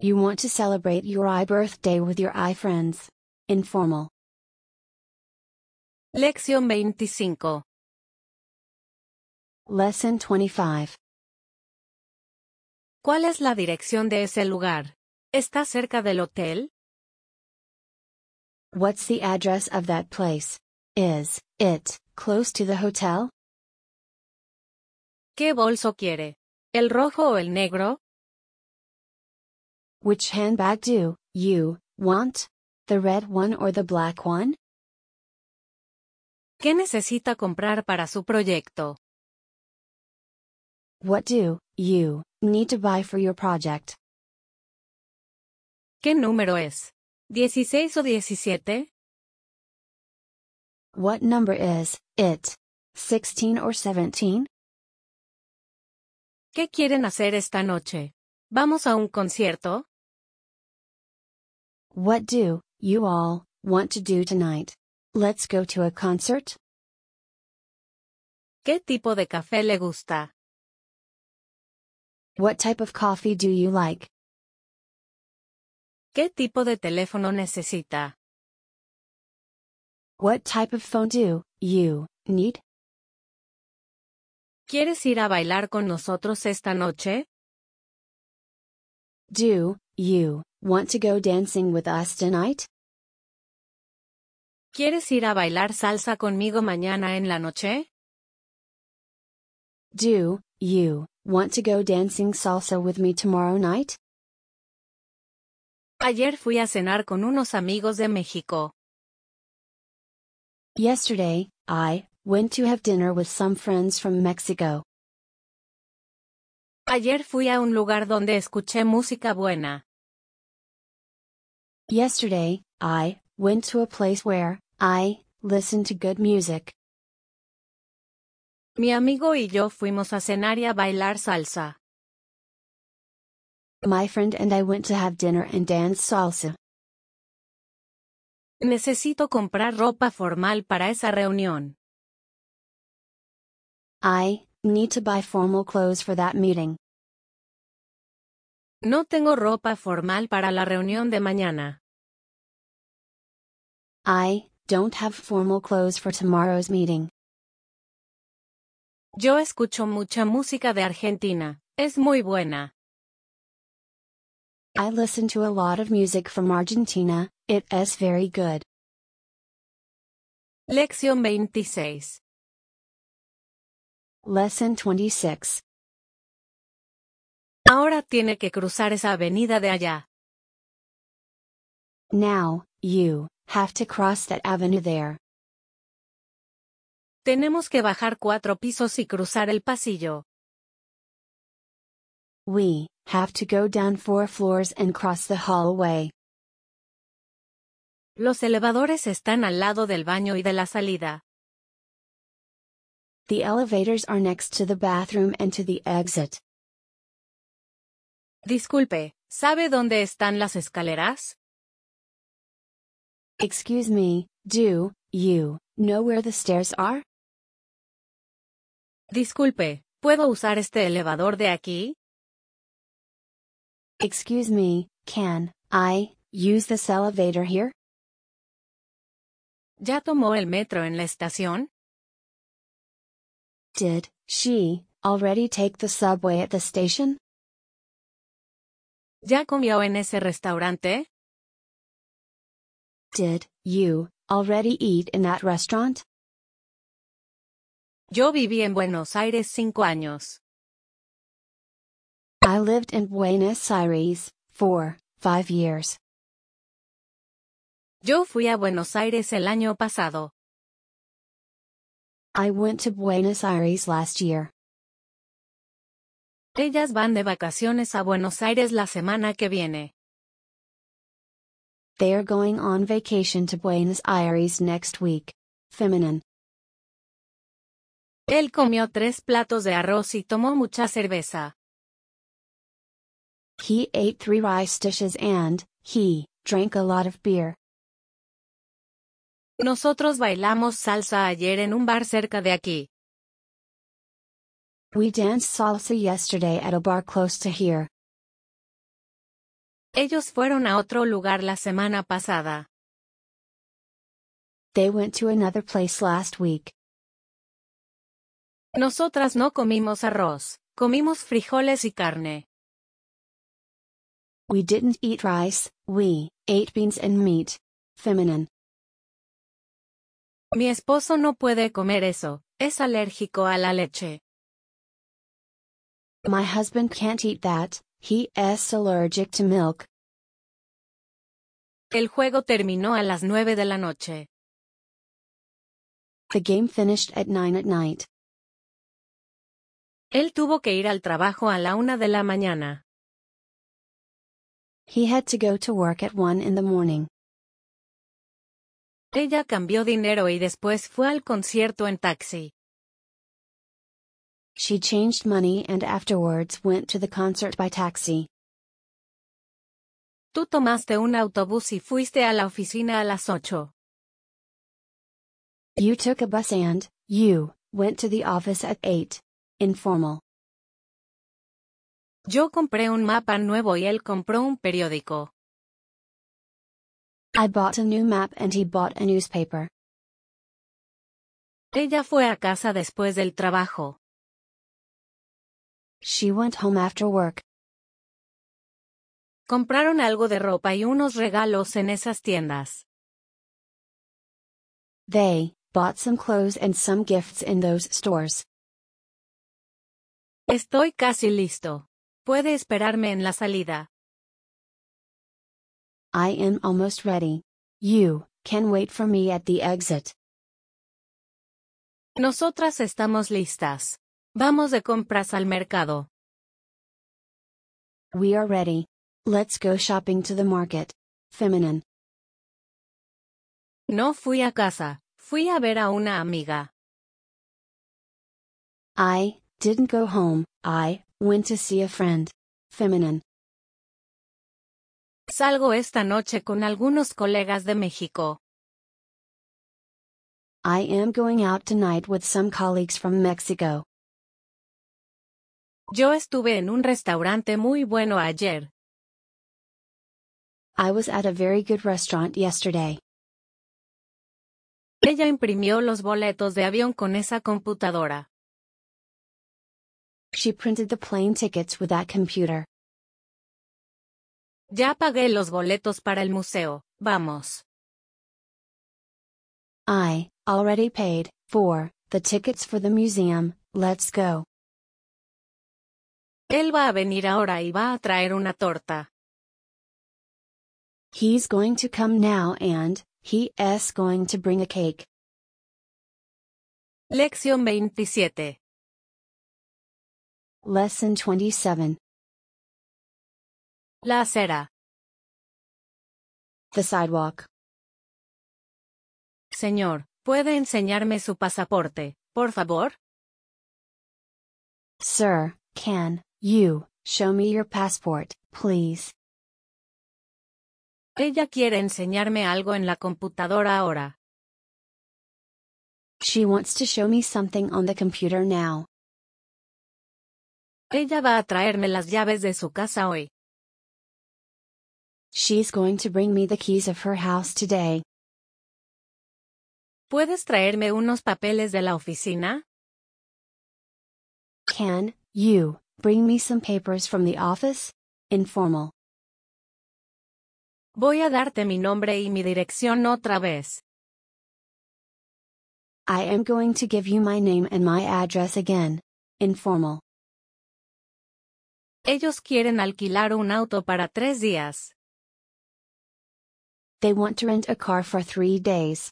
You want to celebrate your i birthday with your i friends. Informal.
Lección 25.
Lesson 25.
¿Cuál es la dirección de ese lugar? ¿Está cerca del hotel?
What's the address of that place? Is it close to the hotel?
¿Qué bolso quiere? ¿El rojo o el negro?
Which handbag do you want? The red one or the black one?
¿Qué necesita comprar para su proyecto?
What do you need to buy for your project?
¿Qué número es? ¿16 o 17?
What number is it? 16 or 17?
¿Qué quieren hacer esta noche? ¿Vamos a un concierto?
What do you all want to do tonight? Let's go to a concert?
¿Qué tipo de café le gusta?
What type of coffee do you like?
¿Qué tipo de teléfono necesita?
What type of phone do you need?
¿Quieres ir a bailar con nosotros esta noche?
Do you want to go dancing with us tonight?
¿Quieres ir a bailar salsa conmigo mañana en la noche?
Do you want to go dancing salsa with me tomorrow night?
Ayer fui a cenar con unos amigos de México.
Yesterday, I went to have dinner with some friends from Mexico.
Ayer fui a un lugar donde escuché música buena.
Yesterday, I went to a place where I listened to good music.
Mi amigo y yo fuimos a cenar y a bailar salsa.
My friend and I went to have dinner and dance salsa.
Necesito comprar ropa formal para esa reunión.
I need to buy formal clothes for that meeting.
No tengo ropa formal para la reunión de mañana.
I don't have formal clothes for tomorrow's meeting.
Yo escucho mucha música de Argentina, es muy buena.
I listen to a lot of music from Argentina, it is very good.
Lección 26.
Lesson 26.
Ahora tiene que cruzar esa avenida de allá.
Now, you have to cross that avenue there.
Tenemos que bajar cuatro pisos y cruzar el pasillo.
We have to go down four floors and cross the hallway.
Los elevadores están al lado del baño y de la salida.
The elevators are next to the bathroom and to the exit.
Disculpe, ¿sabe dónde están las escaleras?
Excuse me, do you know where the stairs are?
Disculpe, ¿puedo usar este elevador de aquí?
Excuse me, can I use this elevator here?
¿Ya tomó el metro en la estación?
Did she already take the subway at the station?
¿Ya comió en ese restaurante?
Did you already eat in that restaurant?
Yo viví en Buenos Aires cinco años.
I lived in Buenos Aires for five years.
Yo fui a Buenos Aires el año pasado.
I went to Buenos Aires last year.
Ellas van de vacaciones a Buenos Aires la semana que viene.
They are going on vacation to Buenos Aires next week. Feminine.
Él comió tres platos de arroz y tomó mucha cerveza.
He ate three rice dishes and he drank a lot of beer.
Nosotros bailamos salsa ayer en un bar cerca de aquí.
We danced salsa yesterday at a bar close to here.
Ellos fueron a otro lugar la semana pasada.
They went to another place last week.
Nosotras no comimos arroz, comimos frijoles y carne.
We didn't eat rice, we ate beans and meat. Feminine.
Mi esposo no puede comer eso, es alérgico a la leche.
My husband can't eat that, he is allergic to milk.
El juego terminó a las nueve de la noche.
The game finished at 9 at night.
Él tuvo que ir al trabajo a la una de la mañana.
He had to go to work at 1 in the morning.
Ella cambió dinero y después fue al concierto en taxi.
She changed money and afterwards went to the concert by taxi.
Tú tomaste un autobús y fuiste a la oficina a las ocho.
You took a bus and you went to the office at 8. Informal.
Yo compré un mapa nuevo y él compró un periódico.
I bought a new map and he bought a newspaper.
Ella fue a casa después del trabajo.
She went home after work.
Compraron algo de ropa y unos regalos en esas tiendas.
They bought some clothes and some gifts in those stores.
Estoy casi listo. Puede esperarme en la salida.
I am almost ready. You can wait for me at the exit.
Nosotras estamos listas. Vamos de compras al mercado.
We are ready. Let's go shopping to the market. Feminine.
No fui a casa, fui a ver a una amiga.
I didn't go home, I went to see a friend. Feminine.
Salgo esta noche con algunos colegas de México.
I am going out tonight with some colleagues from Mexico.
Yo estuve en un restaurante muy bueno ayer.
I was at a very good restaurant yesterday.
Ella imprimió los boletos de avión con esa computadora.
She printed the plane tickets with that computer.
Ya pagué los boletos para el museo, vamos.
I already paid for the tickets for the museum. Let's go.
Él va a venir ahora y va a traer una torta.
He's going to come now and he is going to bring a cake.
Lección 27.
Lesson 27.
La acera.
The sidewalk.
Señor, ¿puede enseñarme su pasaporte, por favor?
Sir, can you show me your passport, please?
Ella quiere enseñarme algo en la computadora ahora.
She wants to show me something on the computer now.
Ella va a traerme las llaves de su casa hoy.
She's going to bring me the keys of her house today.
¿Puedes traerme unos papeles de la oficina?
Can you bring me some papers from the office? Informal.
Voy a darte mi nombre y mi dirección otra vez.
I am going to give you my name and my address again. Informal.
Ellos quieren alquilar un auto para tres días.
They want to rent a car for three days.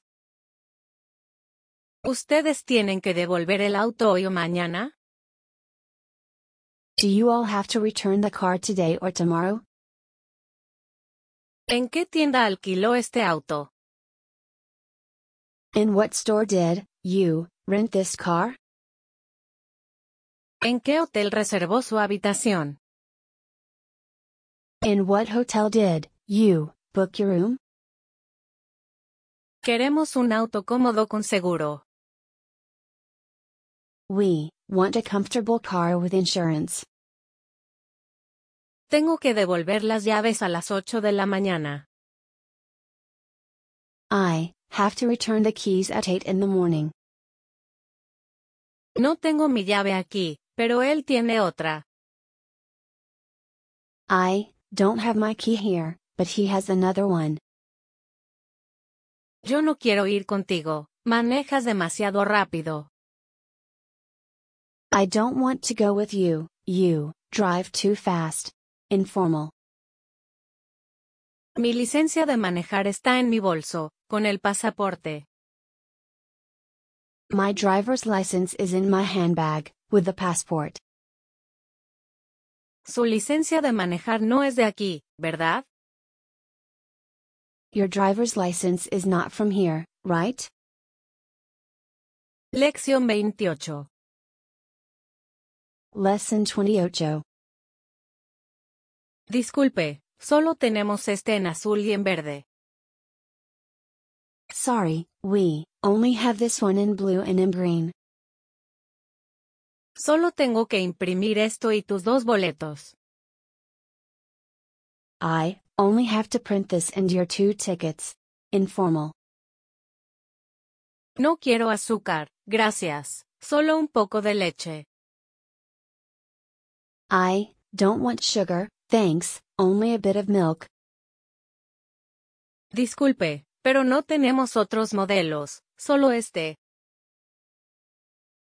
¿Ustedes tienen que devolver el auto hoy o mañana?
Do you all have to return the car today or tomorrow?
¿En qué tienda alquiló este auto?
In what store did you rent this car?
¿En qué hotel reservó su habitación?
In what hotel did you book your room?
Queremos un auto cómodo con seguro.
We want a comfortable car with insurance.
Tengo que devolver las llaves a las 8 de la mañana.
I have to return the keys at 8 in the morning.
No tengo mi llave aquí, pero él tiene otra.
I don't have my key here, but he has another one.
Yo no quiero ir contigo, manejas demasiado rápido.
I don't want to go with you. You drive too fast. Informal.
Mi licencia de manejar está en mi bolso, con el pasaporte.
My driver's license is in my handbag with the passport.
Su licencia de manejar no es de aquí, ¿verdad?
Your driver's license is not from here, right?
Lección 28.
Lesson 28.
Disculpe, solo tenemos este en azul y en verde.
Sorry, we only have this one in blue and in green.
Solo tengo que imprimir esto y tus dos boletos.
I only have to print this and your two tickets. Informal.
No quiero azúcar, gracias. Solo un poco de leche.
I don't want sugar, thanks, only a bit of milk.
Disculpe, pero no tenemos otros modelos, solo este.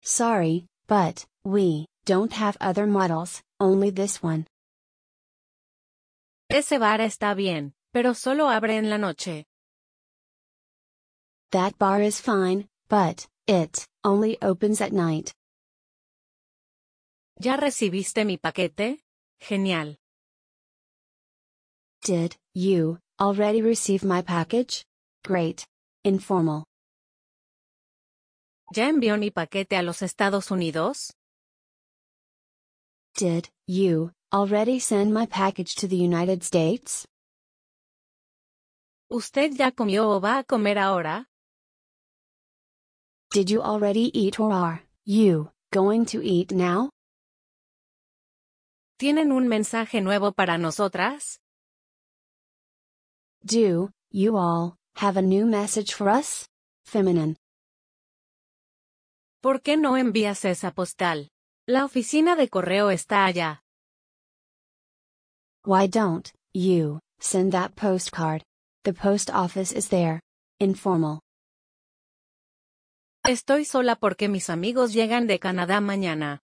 Sorry, but we don't have other models, only this one.
Ese bar está bien, pero solo abre en la noche.
That bar is fine, but it only opens at night.
¿Ya recibiste mi paquete? Genial.
Did you already receive my package? Great. Informal.
¿Ya envió mi paquete a los Estados Unidos?
Did you already send my package to the United States?
¿Usted ya comió o va a comer ahora?
Did you already eat or are you going to eat now?
¿Tienen un mensaje nuevo para nosotras?
Do you all have a new message for us? Feminine.
¿Por qué no envías esa postal? La oficina de correo está allá.
Why don't you send that postcard? The post office is there. Informal.
Estoy sola porque mis amigos llegan de Canadá mañana.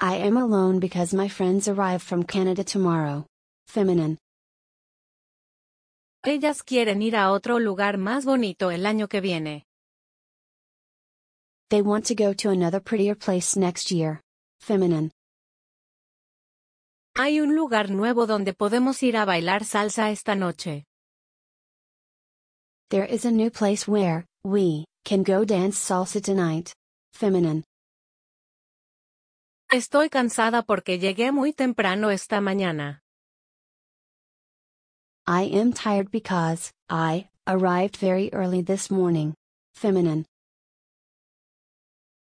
I am alone because my friends arrive from Canada tomorrow. Feminine.
Ellas quieren ir a otro lugar más bonito el año que viene.
They want to go to another prettier place next year. Feminine.
Hay un lugar nuevo donde podemos ir a bailar salsa esta noche.
There is a new place where we can go dance salsa tonight. Feminine.
Estoy cansada porque llegué muy temprano esta mañana.
I am tired because I arrived very early this morning. Feminine.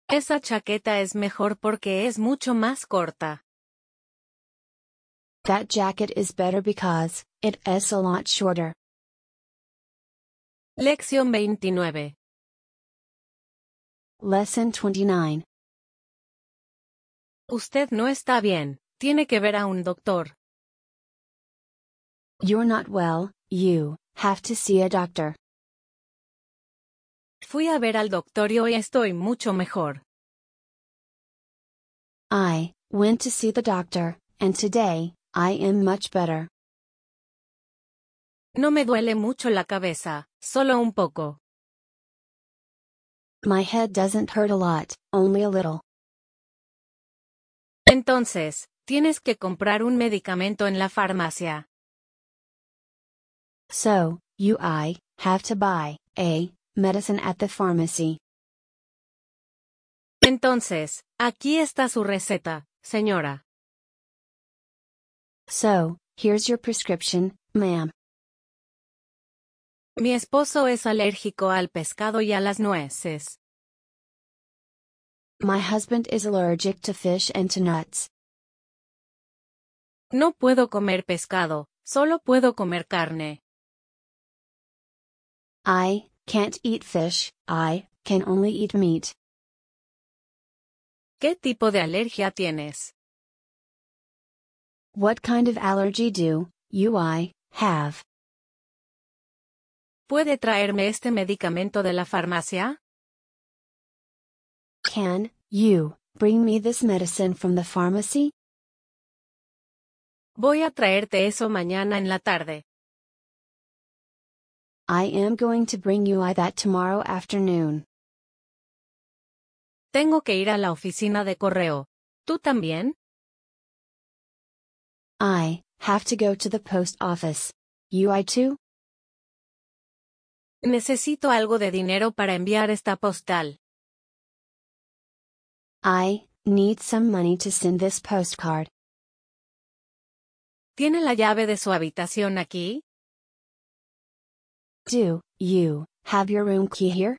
Esa chaqueta es mejor porque es mucho más corta.
That jacket is better because it is a lot shorter.
Lección 29.
Lesson 29.
Usted no está bien, tiene que ver a un doctor.
You're not well, you have to see a doctor.
Fui a ver al doctor y hoy estoy mucho mejor.
I went to see the doctor, and today I am much better.
No me duele mucho la cabeza, solo un poco.
My head doesn't hurt a lot, only a little.
Entonces, tienes que comprar un medicamento en la farmacia.
So, you I have to buy a medicine at the pharmacy.
Entonces, aquí está su receta, señora.
So, here's your prescription, ma'am.
Mi esposo es alérgico al pescado y a las nueces.
My husband is allergic to fish and to nuts.
No puedo comer pescado, solo puedo comer carne.
I can't eat fish, I can only eat meat.
¿Qué tipo de alergia tienes?
What kind of allergy do you I have?
¿Puede traerme este medicamento de la farmacia?
Can you bring me this medicine from the pharmacy?
Voy a traerte eso mañana en la tarde.
I am going to bring you I that tomorrow afternoon.
Tengo que ir a la oficina de correo. ¿Tú también?
I have to go to the post office. You I too?
Necesito algo de dinero para enviar esta postal.
I need some money to send this postcard.
¿Tiene la llave de su habitación aquí?
Do you have your room key here?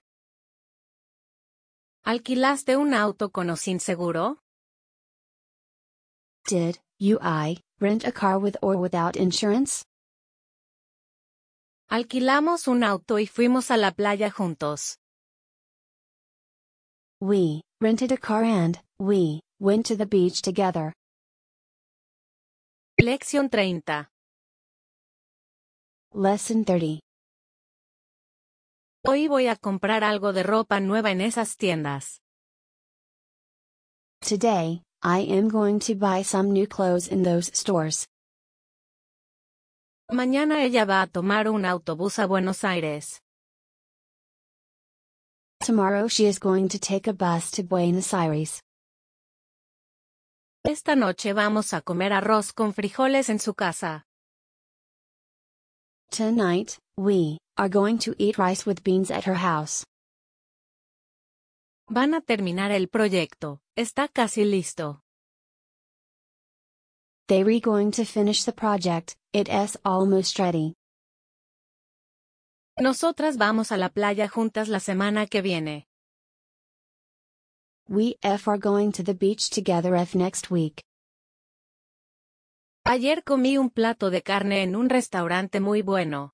¿Alquilaste un auto con o sin seguro?
Did you I rent a car with or without insurance?
Alquilamos un auto y fuimos a la playa juntos.
We rented a car and we went to the beach together.
Lección 30.
Lesson 30.
Hoy voy a comprar algo de ropa nueva en esas tiendas.
Today, I am going to buy some new clothes in those stores.
Mañana ella va a tomar un autobús a Buenos Aires.
Tomorrow she is going to take a bus to Buenos Aires.
Esta noche vamos a comer arroz con frijoles en su casa.
Tonight, we are going to eat rice with beans at her house.
Van a terminar el proyecto. Está casi listo.
They are going to finish the project. It is almost ready.
Nosotras vamos a la playa juntas la semana que viene.
We F are going to the beach together F next week.
Ayer comí un plato de carne en un restaurante muy bueno.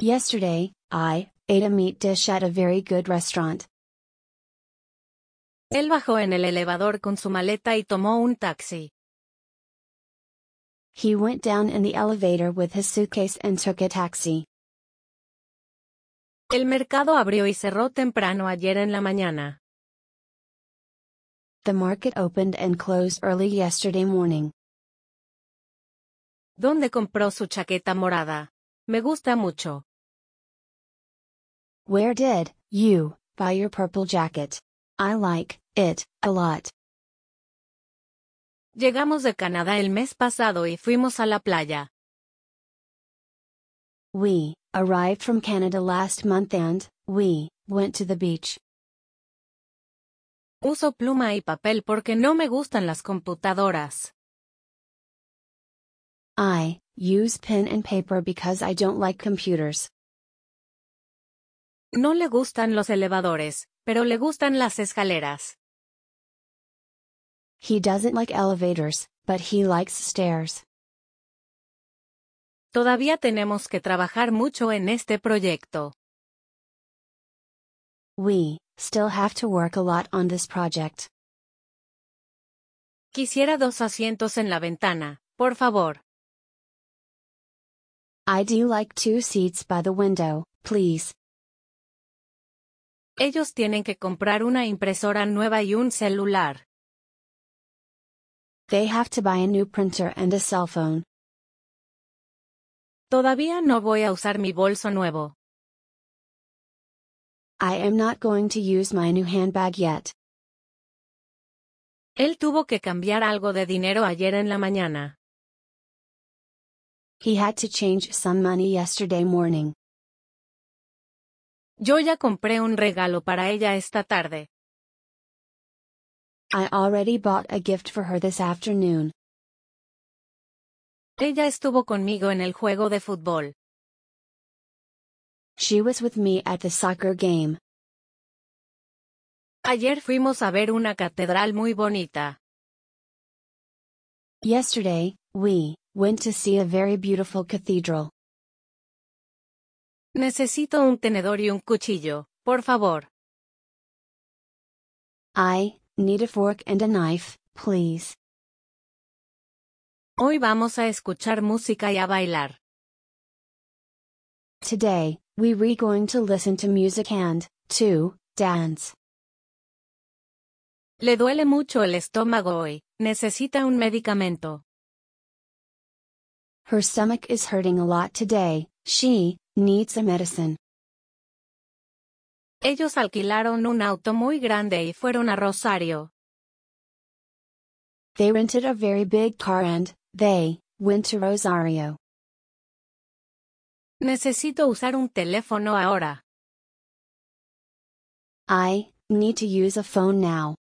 Yesterday, I ate a meat dish at a very good restaurant.
Él bajó en el elevador con su maleta y tomó un taxi.
He went down in the elevator with his suitcase and took a taxi.
El mercado abrió y cerró temprano ayer en la mañana.
The market opened and closed early yesterday morning.
¿Dónde compró su chaqueta morada? Me gusta mucho.
Where did you buy your purple jacket? I like it a lot.
Llegamos de Canadá el mes pasado y fuimos a la playa.
We arrived from Canada last month and we went to the beach.
Uso pluma y papel porque no me gustan las computadoras.
I Use pen and paper because I don't like computers.
No le gustan los elevadores, pero le gustan las escaleras.
He doesn't like elevators, but he likes stairs.
Todavía tenemos que trabajar mucho en este proyecto.
We still have to work a lot on this project.
Quisiera dos asientos en la ventana, por favor.
I do like two seats by the window, please.
Ellos tienen que comprar una impresora nueva y un celular.
They have to buy a new printer and a cell phone.
Todavía no voy a usar mi bolso nuevo.
I am not going to use my new handbag yet.
Él tuvo que cambiar algo de dinero ayer en la mañana.
He had to change some money yesterday morning.
Yo ya compré un regalo para ella esta tarde.
I already bought a gift for her this afternoon.
Ella estuvo conmigo en el juego de fútbol.
She was with me at the soccer game.
Ayer fuimos a ver una catedral muy bonita.
Yesterday, we went to see a very beautiful cathedral.
Necesito un tenedor y un cuchillo, por favor.
I need a fork and a knife, please.
Hoy vamos a escuchar música y a bailar.
Today, we re going to listen to music and to dance.
Le duele mucho el estómago hoy, necesita un medicamento.
Her stomach is hurting a lot today. She needs a medicine.
Ellos alquilaron un auto muy grande y fueron a Rosario.
They rented a very big car and they went to Rosario.
Necesito usar un teléfono ahora.
I need to use a phone now.